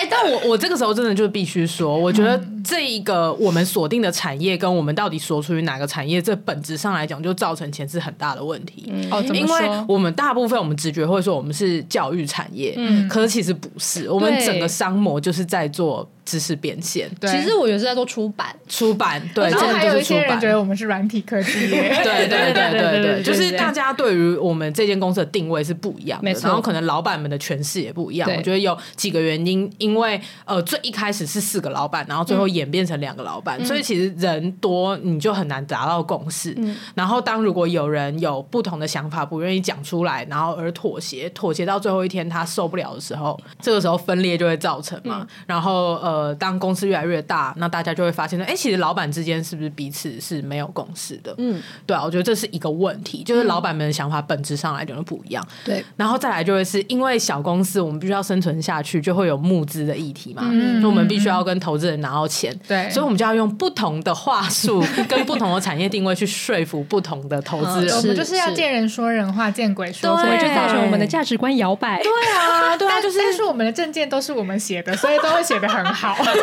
哎、但我我这个时候真的就必须说，我觉得这一个我们锁定的产业跟我们到底所处于哪个产业，这本质上来讲就造成前置很大的问题。哦，怎因么为说？我们大部分我们直觉会说我们是教育产业，嗯可是其实不是，我们对整个商模就是在做知识变现、对其实我有是在做出版，出版，对，然后真的还就有一是出些人版觉。得我们是软体科技耶， [LAUGHS] 对对对对对，就是对大家对于我们这间公司的定位是不一样的没，错然后可能老板们的诠释也不一样。对我觉得有几个原因，因为呃，最一开始是四个老板，然后最后演变成两个老板，所以其实人多你就很难达到共识。然后当如果有人有不同的想法，不愿意讲出来，然后而妥协，妥协到最后一天他受不了的时候，这个时候分裂就会造成嘛。然后呃，当公司越来越大，那大家就会发现说，哎，其实老板之间是不是彼此是没有共识的？嗯，对啊，我觉得这是一个问题，就是老板们的想法本质上来讲就不一样。对，然后再来就会是因为小公司我们必须要生存下去，就会有募资的议题嘛，嗯嗯、就我们必须要跟投资人拿到钱，对所以我们就要用不同的话术跟不同的产业定位去说服不同的投资人。我是们就是要见人说人话，见鬼说所鬼以就话造。成我们的价值观摇摆。对，对啊，对啊，但就是但是我们的证件都是我们写的，所以都会写的很 [LAUGHS] 好。因为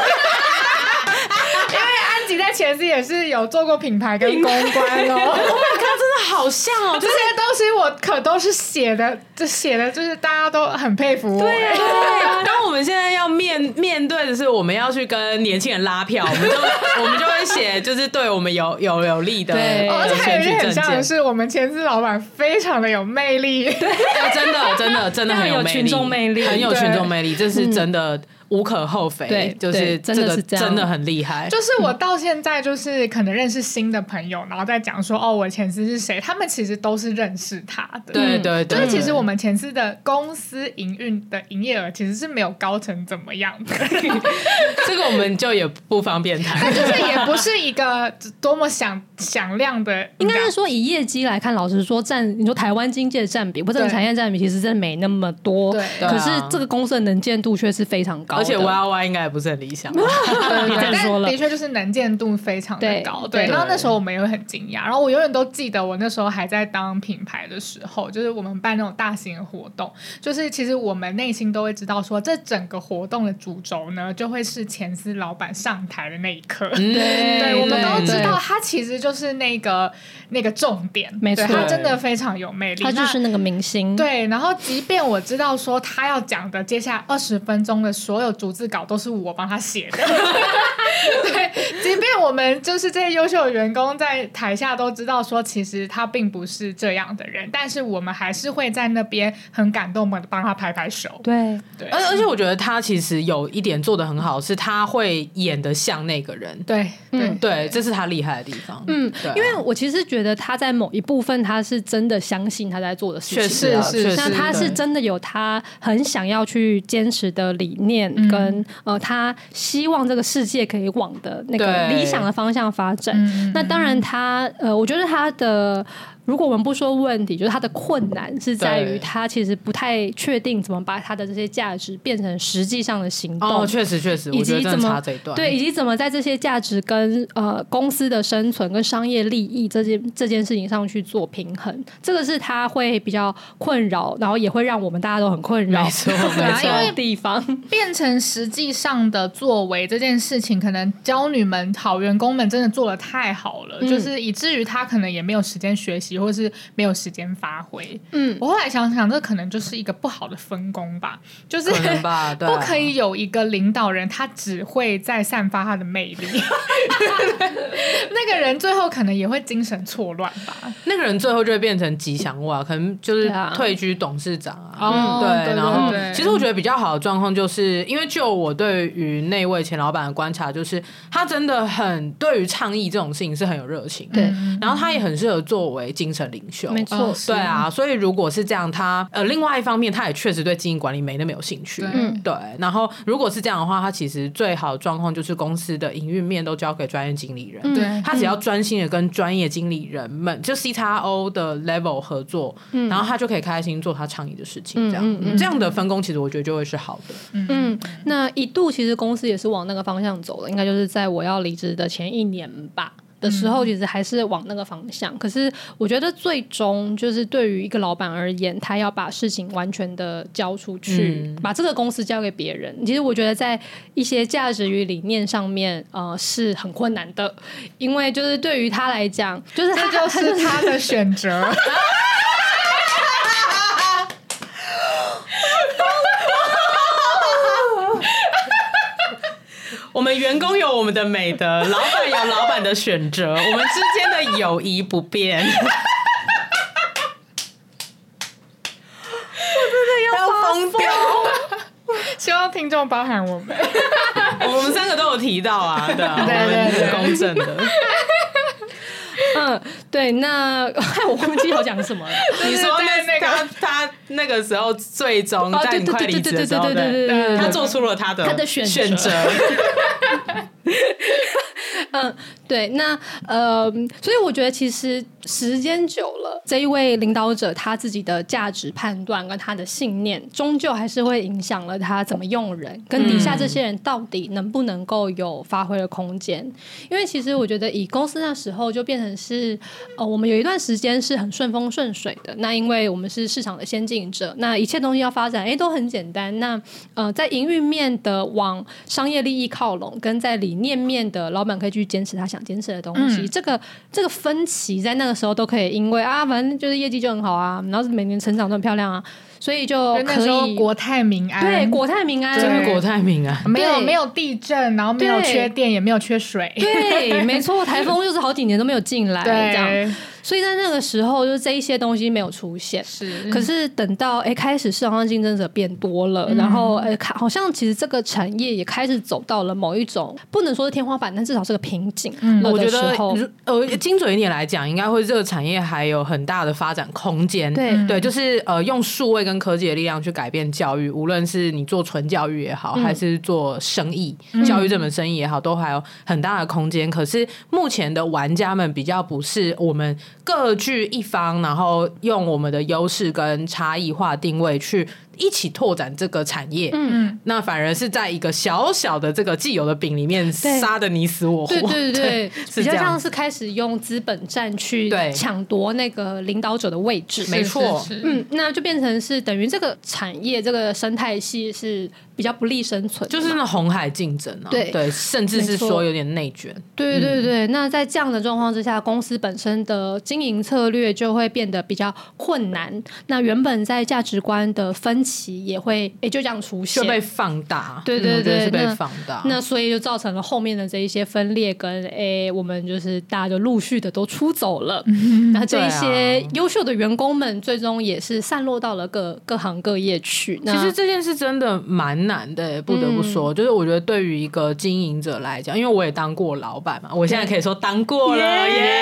安吉在前司也是有做过品牌跟公关哦，Oh 真的好像哦，这些东西我可都是写的，这写的就是大家都很佩服我。对对，啊当我们现在要面面对的是，我们要去跟年轻人拉票，我们就 [LAUGHS] 我们就会写，就是对我们有有有利的对哦而且还选有一举点很证像的件。是，我们前司老板非常的有魅 [LAUGHS] 力，哎真的真的真的很很有魅力，群众魅力嗯很有对群众魅力，这是真的无可厚非。对就是对真的这个是这样真的很厉害。就是我到现在就是可能认识新的朋友，然后再讲说哦，我前司是谁，他们其实都是认识他的。对对就对，是其实我们前司的公司营运的营业额其实是没有高成怎么 [LAUGHS] 样的，这个我们就也不方 [LAUGHS] 便谈。就是也不是一个多么响响亮的，应该是说以业绩来看，老实说占你说台湾经济的占比或者对产业占比，其实真的没那么多。对对啊可是这个公司的能见度却是非常高的，而且 Y Y 应该也不是很理想啊吧，[LAUGHS] 对你这对，样说但了的确就是能见度非常的对高。对对，然后那时候我们也很惊讶，然后我永远都记得我那时候还在当品牌的时候，就是我们办那种大型的活动，就是其实我们内心都会知道说，这整个活动的主轴呢，就会是前司老板上台的那一刻。嗯对 [LAUGHS] 对，我们都知嗯对道他其实就是那个那个重点，没对错他真的非常有魅力。他就那是那个明星。对，然后即便我知道说他要讲的接下来二十分钟的所有逐字稿都是我帮他写 [LAUGHS] 的，对，即便我们就是这些优秀的员工在台下都知道说其实他并不是这样的人，但是我们还是会在那边很感动的帮他拍拍手，对对，而而且我觉得他其实有一点做的很好，是他会演的像那个人。对对嗯对，这是他厉害的地方。嗯对啊，因为我其实觉得他在某一部分他是真的相信他在做的事确情，实啊是是确实那他对是真的有他很想要去坚持的理念，跟呃，他希望这个世界可以往的那个对理想的方向发展。那当然他，呃，我觉得他的。呃如果我们不说问题，就是他的困难是在对于他其实不太确定怎么把他的这些价值变成实际上的行动。哦，确实确实，我以觉得及真怎的么差这一段。对，以及怎么在这些价值跟呃公司的生存跟商业利益这件这件事情上去做平衡，这个是他会比较困扰，然后也会让我们大家都很困扰没 [LAUGHS] 错啊没错因为的地方。变成实际上的作为这件事情，可能娇女们、好员工们真的做的太好了，嗯就是以至于她可能也没有时间学习，或是没有时间发挥。嗯，我后来想想，这可能就是一个不好的分工吧，就是可能 [LAUGHS] 吧对啊不可以有一个领导人，他只会在散发他的魅 [LAUGHS] 力，那个人最后可能也会精神错乱吧。那个人最后就会变成吉祥物啊，可能就是对啊退居董事长啊。哦对对对，然后对其实我觉得比较好的状况，就是因为就我对于那位前老板的观察，就是他真的很对于倡议这种事情是很有热情的，对然后他也很适合作为精神领袖，没错哦是对啊，所以如果是这样，他呃，另外一方面，他也确实对经营管理没那么有兴趣对。嗯对，然后如果是这样的话，他其实最好的状况就是公司的营运面都交给专业经理人，嗯对 [LAUGHS] 他只要专心的跟专业经理人们，就 C 叉 O 的 level 合作，然后他就可以开心做他倡议的事情，这样、嗯嗯嗯这样的分工，其实我觉得就会是好的。嗯，那一度其实公司也是往那个方向走的，应该就是在我要离职的前一年吧。的时候，其实还是往那个方向。可是我觉得最终就是对于一个老板而言，他要把事情完全的交出去，嗯把这个公司交给别人。其实我觉得在一些价值与理念上面，呃，是很困难的，因为就是对于他来讲，就是他这就是他的选 [LAUGHS] 择。我们员工有我们的美德，老板有老板的选择，我们之间的友谊不变。我真的要疯掉！希望听众包含我们。我们三个都有提到啊，对啊，我对对们对是公正的。嗯，对，那 [LAUGHS] 害我忘记要讲什么了。 [LAUGHS] 你说在那那个他他那个时候最终哦，在对你对快对离对职对的对时对候，对对对对对，他做出了他的他的选择选择，嗯，对，那呃，所以我觉得其实时间久了，这一位领导者他自己的价值判断跟他的信念，终究还是会影响了他怎么用人，跟底下这些人到底能不能够有发挥的空间。因为其实我觉得以公司那时候就变成是，呃，我们有一段时间是很顺风顺水的。那因为我们是市场的先进者，那一切东西要发展，诶，都很简单。那呃，在营运面的往商业利益靠拢，跟在理念面的老板可以去坚持他想坚持的东西，嗯这个这个分歧在那个时候都可以，因为啊，反正就是业绩就很好啊，然后每年成长都很漂亮啊，所以就就那可时候以国泰民安，对国泰民安，对 [LAUGHS] 真是国泰民安。没有对没有地震，然后没有对缺电，也没有缺水。对，没错，台风就是好几年都没有进来，这样，对，所以在那个时候，就是这一些东西没有出现。嗯是可是等到哎、诶开始市场上竞争者变多了，嗯然后呃，看好像其实这个产业也开始走到了某一种不能说是天花板，但至少是个瓶颈了嗯我的觉时得候。，呃，精准一点来讲，应该会这个产业还有很大的发展空间。对对，就是呃，用数位跟科技的力量去改变教育，无论是你做纯教育也好，嗯还是做生意、教育这门生意也好，都还有很大的空间。可是目前的玩家们比较不是我们各据一方，然后用我们的优势跟差异化定位去一起拓展这个产业。嗯，那反而是在一个小小的这个既有的饼里面对杀的你死我活，对对 [LAUGHS] 对，是比较这样像是开始用资本战去对抢夺那个领导者的位置，没错是，是嗯，那就变成是等于这个产业这个生态系是比较不利生存的就嘛，是那红海竞争啊，对甚至是没错说有点内卷，对嗯对对，那在这样的状况之下，公司本身的经营策略就会变得比较困难。那原本在价值观的分歧也会也就这样出现就。被放大，对对嗯我觉得对是被那放大。那所以就造成了后面的这一些分裂跟诶、我们就是大家就陆续的都出走了。那这一些嗯对啊优秀的员工们，最终也是散落到了各各行各业去。那嗯 [LAUGHS] 其实这件事真的蛮难的，欸不得不说，就是我觉得对于一个经营者来讲，因为我也当过老板嘛，我现在可以说当过了耶，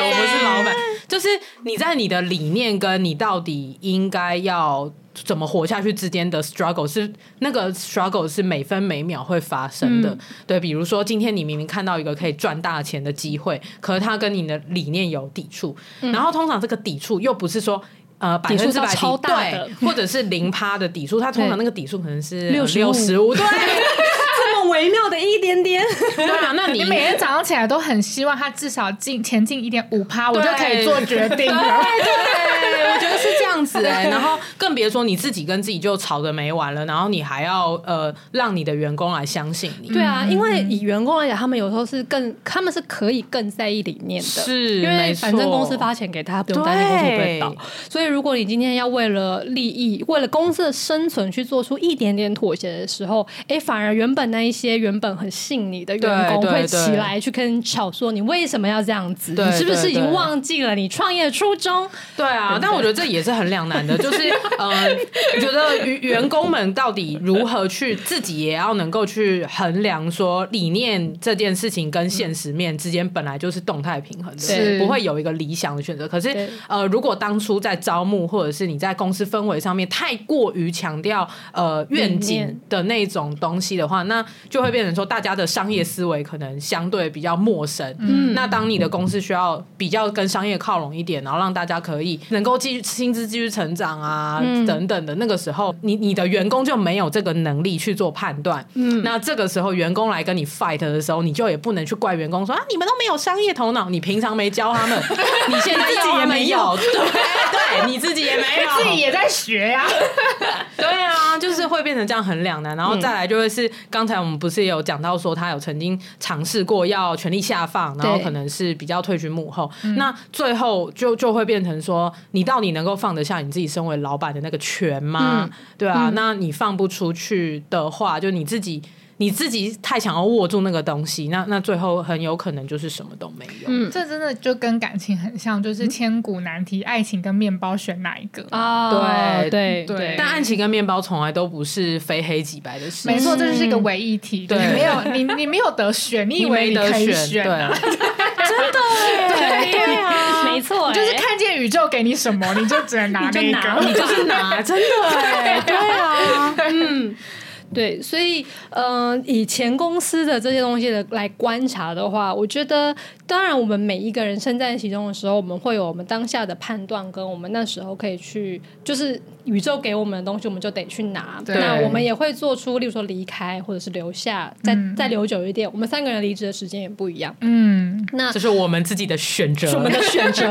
我不是老板，就是你在你的理念跟你到底应该要。怎么活下去之间的 struggle 是那个 struggle 是每分每秒会发生的，嗯对，比如说今天你明明看到一个可以赚大钱的机会，可是它跟你的理念有抵触，然后通常这个抵触又不是说呃百嗯抵触分之到百抵超大的对 [LAUGHS] 或者是零趴的底数，它通常那个底数可能 [LAUGHS] 是65十五，对，这么微妙的一点点，对啊，那你每天早上起来都很希望他至少进前进一点五趴，我就可以做决定 [LAUGHS] 了。对，我觉得是这样子哎、然后更别说你自己跟自己就吵得没完了，然后你还要呃让你的员工来相信你，对啊，因嗯为以员工来讲，他们有时候是更，他们是可以更在意理念的，是因为没反正错公司发钱给他，不用担心公司会不会倒对。所以，如果你今天要为了利益、为了公司的生存去做出一点点妥协的时候，哎，反而原本那一些原本很信你的员工对对会起来去跟你吵说：“你为什么要这样子？对你是不是已对经对忘记了你创业的初衷对啊，但我觉得这也是很两难的，就是呃，觉得员员工们到底如何去自己也要能够去衡量说理念这件事情跟现实面之间本来就是动态平衡是的，不会有一个理想的选择。可是对呃，如果当初在招募或者是你在公司氛围上面太过于强调呃愿理景念的那种东西的话，那就会变成说大家的商业思维可能相对比较陌生。嗯，那当你的公司需要比较跟商业靠拢一点，然后让大家可以能够继续薪资继续续成长啊、嗯等等的。那个时候，你你的员工就没有这个能力去做判断。嗯，那这个时候，员工来跟你 fight 的时候，你就也不能去怪员工说啊，你们都没有商业头脑，你平常没教 [LAUGHS] 他们，你现在要他们有，对对，你 [LAUGHS] 自己也没有，自己也在学呀、对啊，就是会变成这样很两难，然后再来就会是刚才我们不是也有讲到说他有曾经尝试过要权力下放，然后对可能是比较退居幕后，嗯那最后就就会变成说你到底能够放得下你自己身为老板的那个权吗？嗯对啊，那你放不出去的话，就你自己。你自己太想要握住那个东西，那那最后很有可能就是什么都没有。嗯这真的就跟感情很像，就是千古难题，爱情跟面包选哪一个？啊，对对 [LAUGHS] 对但爱情跟面包从来都不是非黑即白的事情没，错，这就是一个唯一题，对你没有你你没有得选，你以为没你得可以选，啊对， [LAUGHS] 对啊， [LAUGHS] 没错，你就是哎看见宇宙给你什么，你就只能拿你就那拿个。就是拿，真的哎、对 [LAUGHS] 啊，对，所以呃，以前公司的这些东西的来观察的话，我觉得，当然我们每一个人身在其中的时候，我们会有我们当下的判断，跟我们那时候可以去，就是宇宙给我们的东西，我们就得去拿。对那我们也会做出，例如说离开或者是留下，再、再留久一点。我们三个人离职的时间也不一样。 [LAUGHS] 嗯，那这是我们自己的选择，是我们的选 [LAUGHS] 择。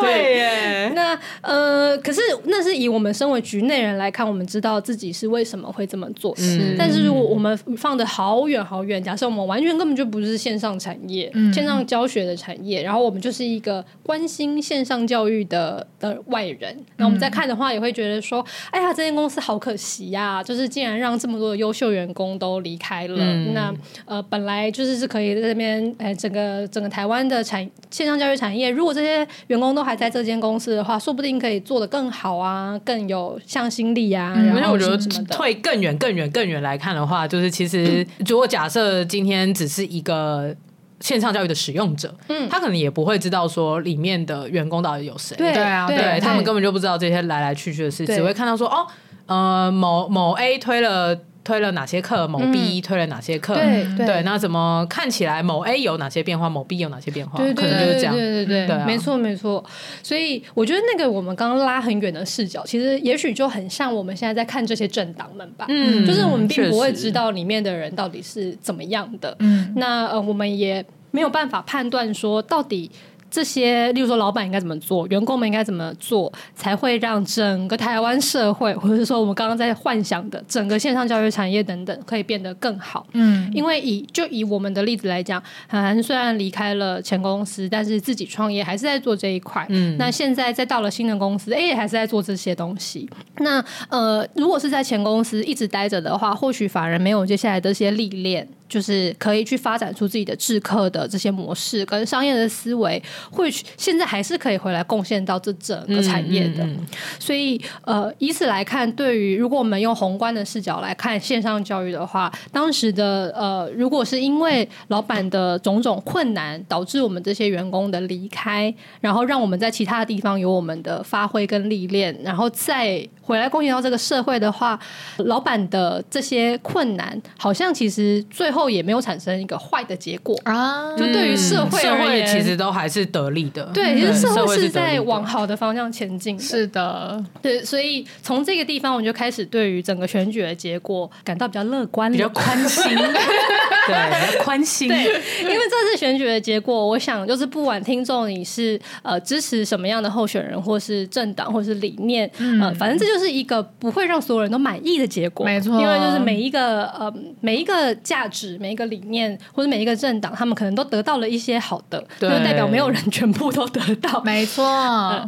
对耶，那呃，可是那是以我们身为局内人来看，我们知道自己是为什么会这么做。嗯但是如果我们放的好远好远，假设我们完全根本就不是线上产业、嗯线上教学的产业，然后我们就是一个关心线上教育的的外人，那我嗯们在看的话，也会觉得说，哎呀，这间公司好可惜呀、就是竟然让这么多的优秀员工都离开了。嗯那呃，本来就是是可以在这边，哎，整个整个台湾的产线上教育产业，如果这些员工都还在这间公司的话，说不定可以做得更好啊，更有向心力啊，嗯然而且后我觉得什么的。退更远、更远、更远来看的话，就是其实如果假设今天只是一个。线上教育的使用者，嗯他可能也不会知道说里面的员工到底有谁，对对啊对对对他们根本就不知道这些来来去去的事，对只会看到说哦，呃，某某 A 推了推了哪些课，某 B 推了哪些课，嗯对对，那怎么看起来某 A 有哪些变化，某 B 有哪些变化，对可对能就对是这对样。对对对啊没错没错。所以我觉得那个我们刚刚拉很远的视角，其实也许就很像我们现在在看这些政党们吧。嗯就是我们并不会确实知道里面的人到底是怎么样的，嗯，那呃，我们也没有办法判断说到底这些，例如说老板应该怎么做，员工们应该怎么做，才会让整个台湾社会，或者是说我们刚刚在幻想的整个线上教育产业等等，可以变得更好。嗯，因为以就以我们的例子来讲，韩寒虽然离开了前公司，但是自己创业还是在做这一块。嗯那现在再到了新的公司，哎、也还是在做这些东西。那呃，如果是在前公司一直待着的话，或许法人没有接下来的这些历练，就是可以去发展出自己的制客的这些模式跟商业的思维，或许现在还是可以回来贡献到这整个产业的。嗯嗯嗯所以呃，以此来看，对于如果我们用宏观的视角来看线上教育的话，当时的呃，如果是因为老板的种种困难，导致我们这些员工的离开，然后让我们在其他地方有我们的发挥跟历练，然后再回来贡献到这个社会的话，老板的这些困难，好像其实最后也没有产生一个坏的结果。啊，就对于社会社而会言，其实都还是得力的，对，其实社会是是得力在的往好的方向前进的。是的，对，所以从这个地方，我就开始对于整个选举的结果感到比较乐观了比较宽心， [LAUGHS] 对，比较宽心，对，因为这次选举的结果，我想就是不管听众你是呃支持什么样的候选人，或是政党，或是理念，嗯呃，反正这就是一个不会让所有人都满意的结果。没错因为就是每一个呃每一个价值、每一个理念或者每一个政党，他们可能都得到了一些好的，就对代表没有人全部都得到。没错，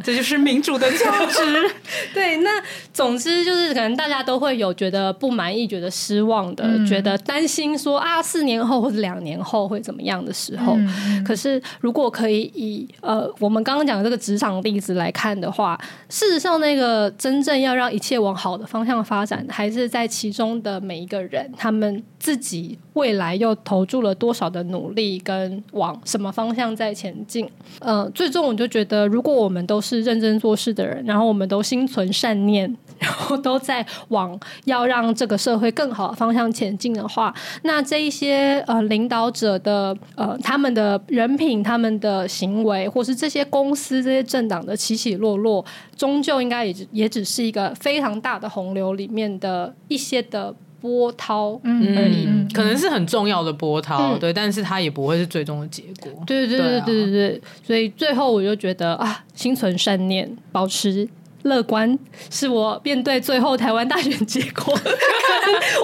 这就是民主的价值。对，那总之就是可能大家都会有觉得不满意、觉得失望的，觉得担心说啊，四年后或者两年后会怎么样的时候。可是如果可以以呃我们刚刚讲的这个职场例子来看的话，事实上那个真正要让一切往好的方向发展，还是在其中的每一个人他们自己未来又投注了多少的努力，跟往什么方向在前进。嗯呃，最终我就觉得，如果我们都是认真做事的人，然后我们都心存善念，然后都在往要让这个社会更好的方向前进的话，那这一些呃领导者的呃他们的人品、他们的行为，或是这些公司、这些政党的起起落落，终究应该也只也只是一个非常大的洪流里面的一些的波涛。嗯而已嗯，可能是很重要的波涛，嗯对，但是它也不会是最终的结果。对对对对啊对对对，所以最后我就觉得啊，心存善念，保持。乐观是我面对最后台湾大选结 [LAUGHS] 果，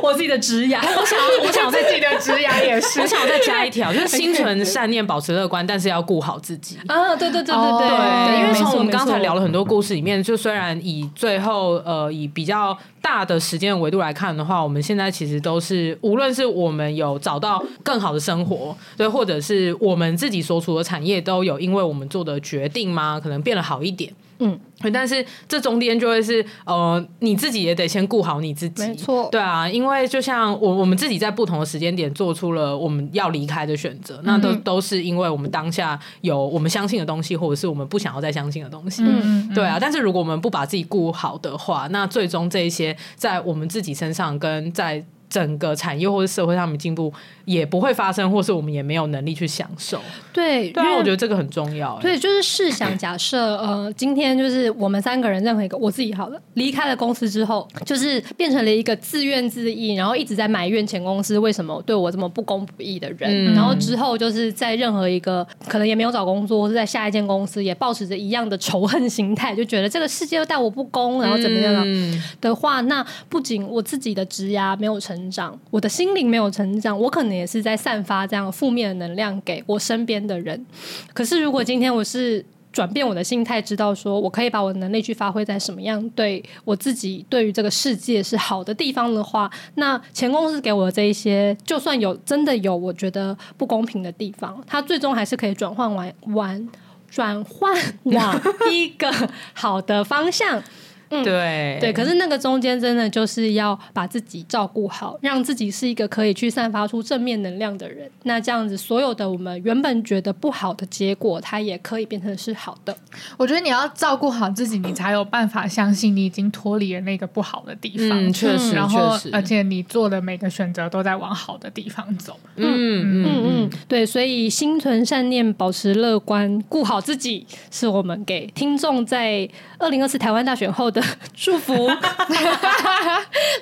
我自己的职涯。我想我想自己的职涯也是我想再加一条，就是心存善念，保持乐观，但是要顾好自己。啊，对对对哦对对，对，因为没错从我们刚才聊没了，错很多故事里面，就虽然以最后呃以比较大的时间维度来看的话，我们现在其实都是，无论是我们有找到更好的生活，对，或者是我们自己所处的产业都有因为我们做的决定嘛，可能变得好一点。嗯对，但是这中间就会是呃，你自己也得先顾好你自己，没错对啊，因为就像我我们自己在不同的时间点做出了我们要离开的选择，那嗯都、都是因为我们当下有我们相信的东西，或者是我们不想要再相信的东西。嗯对啊，但是如果我们不把自己顾好的话，那最终这一些在我们自己身上跟在整个产业或者社会上面进步也不会发生，或是我们也没有能力去享受。对，对啊，因为我觉得这个很重要、欸。对，就是试 [CLEARS THROAT] 想，假设呃，今天就是我们三个人任何一个，我自己好了，离开了公司之后，就是变成了一个自怨自艾，然后一直在埋怨前公司为什么对我这么不公不义的人，嗯然后之后就是在任何一个可能也没有找工作，或是在下一间公司也保持着一样的仇恨心态，就觉得这个世界又待我不公，然后怎么样、啊嗯的话，那不仅我自己的职涯没有成长，我的心灵没有成长，我可能也是在散发这样负面的能量给我身边的人。可是如果今天我是转变我的心态，知道说我可以把我的能力去发挥在什么样对我自己、对于这个世界是好的地方的话，那前公司给我的这一些，就算有真的有我觉得不公平的地方，它最终还是可以转换完完转换往一个好的方向。对嗯对，可是那个中间真的就是要把自己照顾好，让自己是一个可以去散发出正面能量的人。那这样子，所有的我们原本觉得不好的结果，它也可以变成是好的。我觉得你要照顾好自己，你才有办法相信你已经脱离了那个不好的地方。嗯，确实，然确后实，，而且你做的每个选择都在往好的地方走。嗯嗯嗯嗯，对，所以心存善念，保持乐观，顾好自己，是我们给听众在二零二四台湾大选后的 [LAUGHS] 祝福。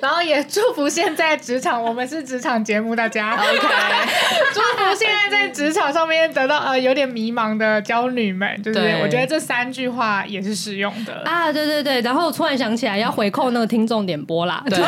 然后也祝福现在职场，我们是职场节目，大家 OK。祝 [LAUGHS] 福现在在职场上面得到呃有点迷茫的娇女们，就是对我觉得这三句话也是适用的。啊，对对对，然后我突然想起来要回扣那个听众点播啦，对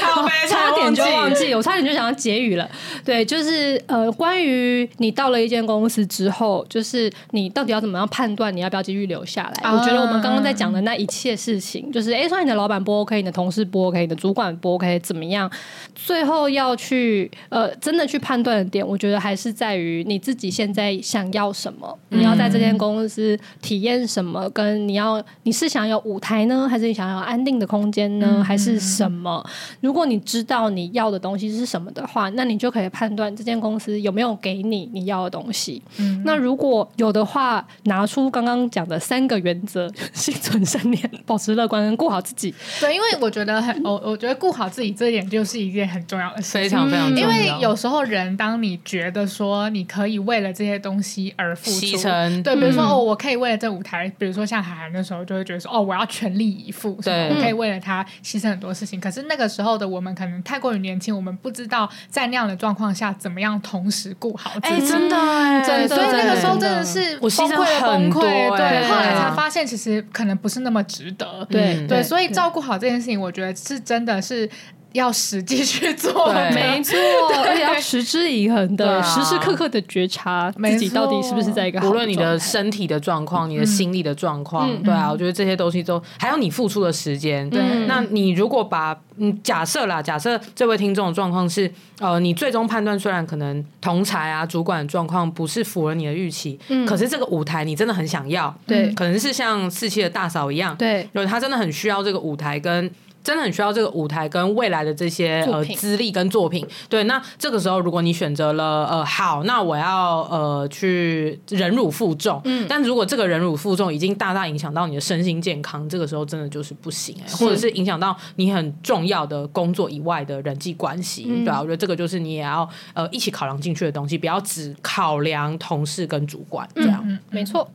靠背差点就忘记，我差点就想要结语了。对，就是呃，关于你到了一间公司之后，就是你到底要怎么样判断你要不要继续留下来？啊我觉得我们刚刚在讲的那一切事情，就是哎，诶说你的老板不 OK，你的同事不 OK，你的主管不 OK，怎么样？最后要去呃，真的去判断的点，我觉得还是在于你自己现在想要什么，你要在这间公司体验什么，跟你要你是想要舞台呢，还是你想要安定的空间呢，还是什么？如果你知道你要的东西是什么的话，那你就可以判断这间公司有没有给你你要的东西。嗯那如果有的话，拿出刚刚讲的三个原则： [LAUGHS] 心存善念、保持乐观、跟顾好自己。 [LAUGHS] 对，因为我觉得很，我我觉得顾好自己这一点就是一件很重要的事情。嗯非常非常重因要，为有时候人，当你觉得说你可以为了这些东西而付出，牺牲嗯对，比如说、哦，我可以为了这舞台，比如说像韩寒那时候就会觉得说，哦，我要全力以赴，什对么我可以为了他牺牲很多事情。可是那个时候的我们可能太过于年轻，我们不知道在那样的状况下怎么样同时顾好自己。真的哎对，所以那个时候真真的的是我崩牺溃牲了崩很溃，多欸对，后来对啊才发现其实可能不是那么值得，对、嗯对，所以照顾好这件事情，我觉得是真的是要实 [LAUGHS] 际去做的，对没错，而且要持之以恒对的、啊时时刻刻的觉察没自己到底是不是在一个好无的论你的状态身体的状嗯况、你的心理的状况，对啊，我觉得这些东西都还有你付出的时间。对嗯那你如果把嗯假设啦，假设这位听众的状况是呃，你最终判断虽然可能同才啊、主管的状况不是符合你的预期，可是这个舞台你真的很想要，对可能是像四期的大嫂一样，对对，他真的很需要这个舞台跟。真的很需要这个舞台跟未来的这些作呃品资历跟作品。对，那这个时候如果你选择了呃好，那我要呃去忍辱负重，嗯，但如果这个忍辱负重已经大大影响到你的身心健康，这个时候真的就是不行、欸，或者是影响到你很重要的工作以外的人际关系，对啊，我觉得这个就是你也要呃一起考量进去的东西，不要只考量同事跟主管这样，没错，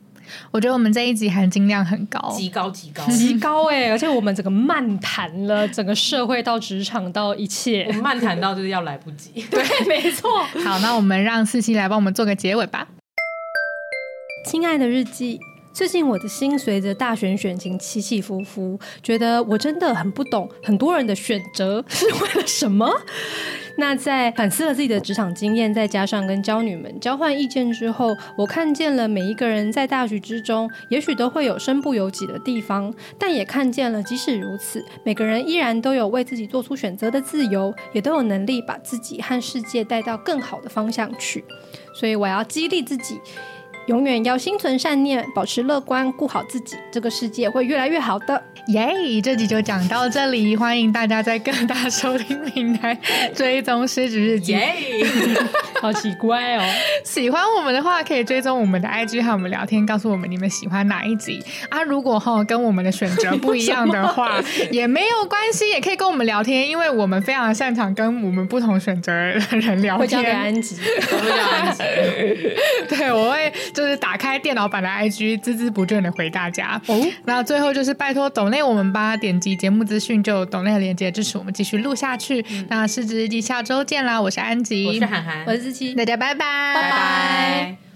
我觉得我们这一集含金量很高，极高极高。极高哎、而且我们整个漫谈了整个社会到职场到一切 [LAUGHS] 我，们漫谈到就是要来不及，对，没错。好，那我们让四期来帮我们做个结尾吧。亲爱的日记，最近我的心随着大选选情起起伏伏，觉得我真的很不懂很多人的选择是为了什么。 [LAUGHS] 那在反思了自己的职场经验，再加上跟娇女们交换意见之后，我看见了每一个人在大局之中，也许都会有身不由己的地方，但也看见了，即使如此，每个人依然都有为自己做出选择的自由，也都有能力把自己和世界带到更好的方向去。所以我要激励自己，永远要心存善念，保持乐观，顾好自己，这个世界会越来越好的。耶、这集就讲到这里，欢迎大家在各大收听平台追踪《失职日记》耶、好奇怪哦，喜欢我们的话，可以追踪我们的 IG 和我们聊天，告诉我们你们喜欢哪一集啊。如果哈跟我们的选择不一样的 [LAUGHS] 话，也没有关系，也可以跟我们聊天，因为我们非常擅长跟我们不同选择的人聊会交给天。安吉。 [LAUGHS] 对，我会就是打开电脑版的 IG，孜孜不倦的回大家。哦，那最后就是拜托抖内我们吧，点击节目资讯就有抖内的链接支持我们继续录下去。嗯那失职日记下周见啦，我是安吉，我是涵涵，我是志七，大家拜拜，拜拜。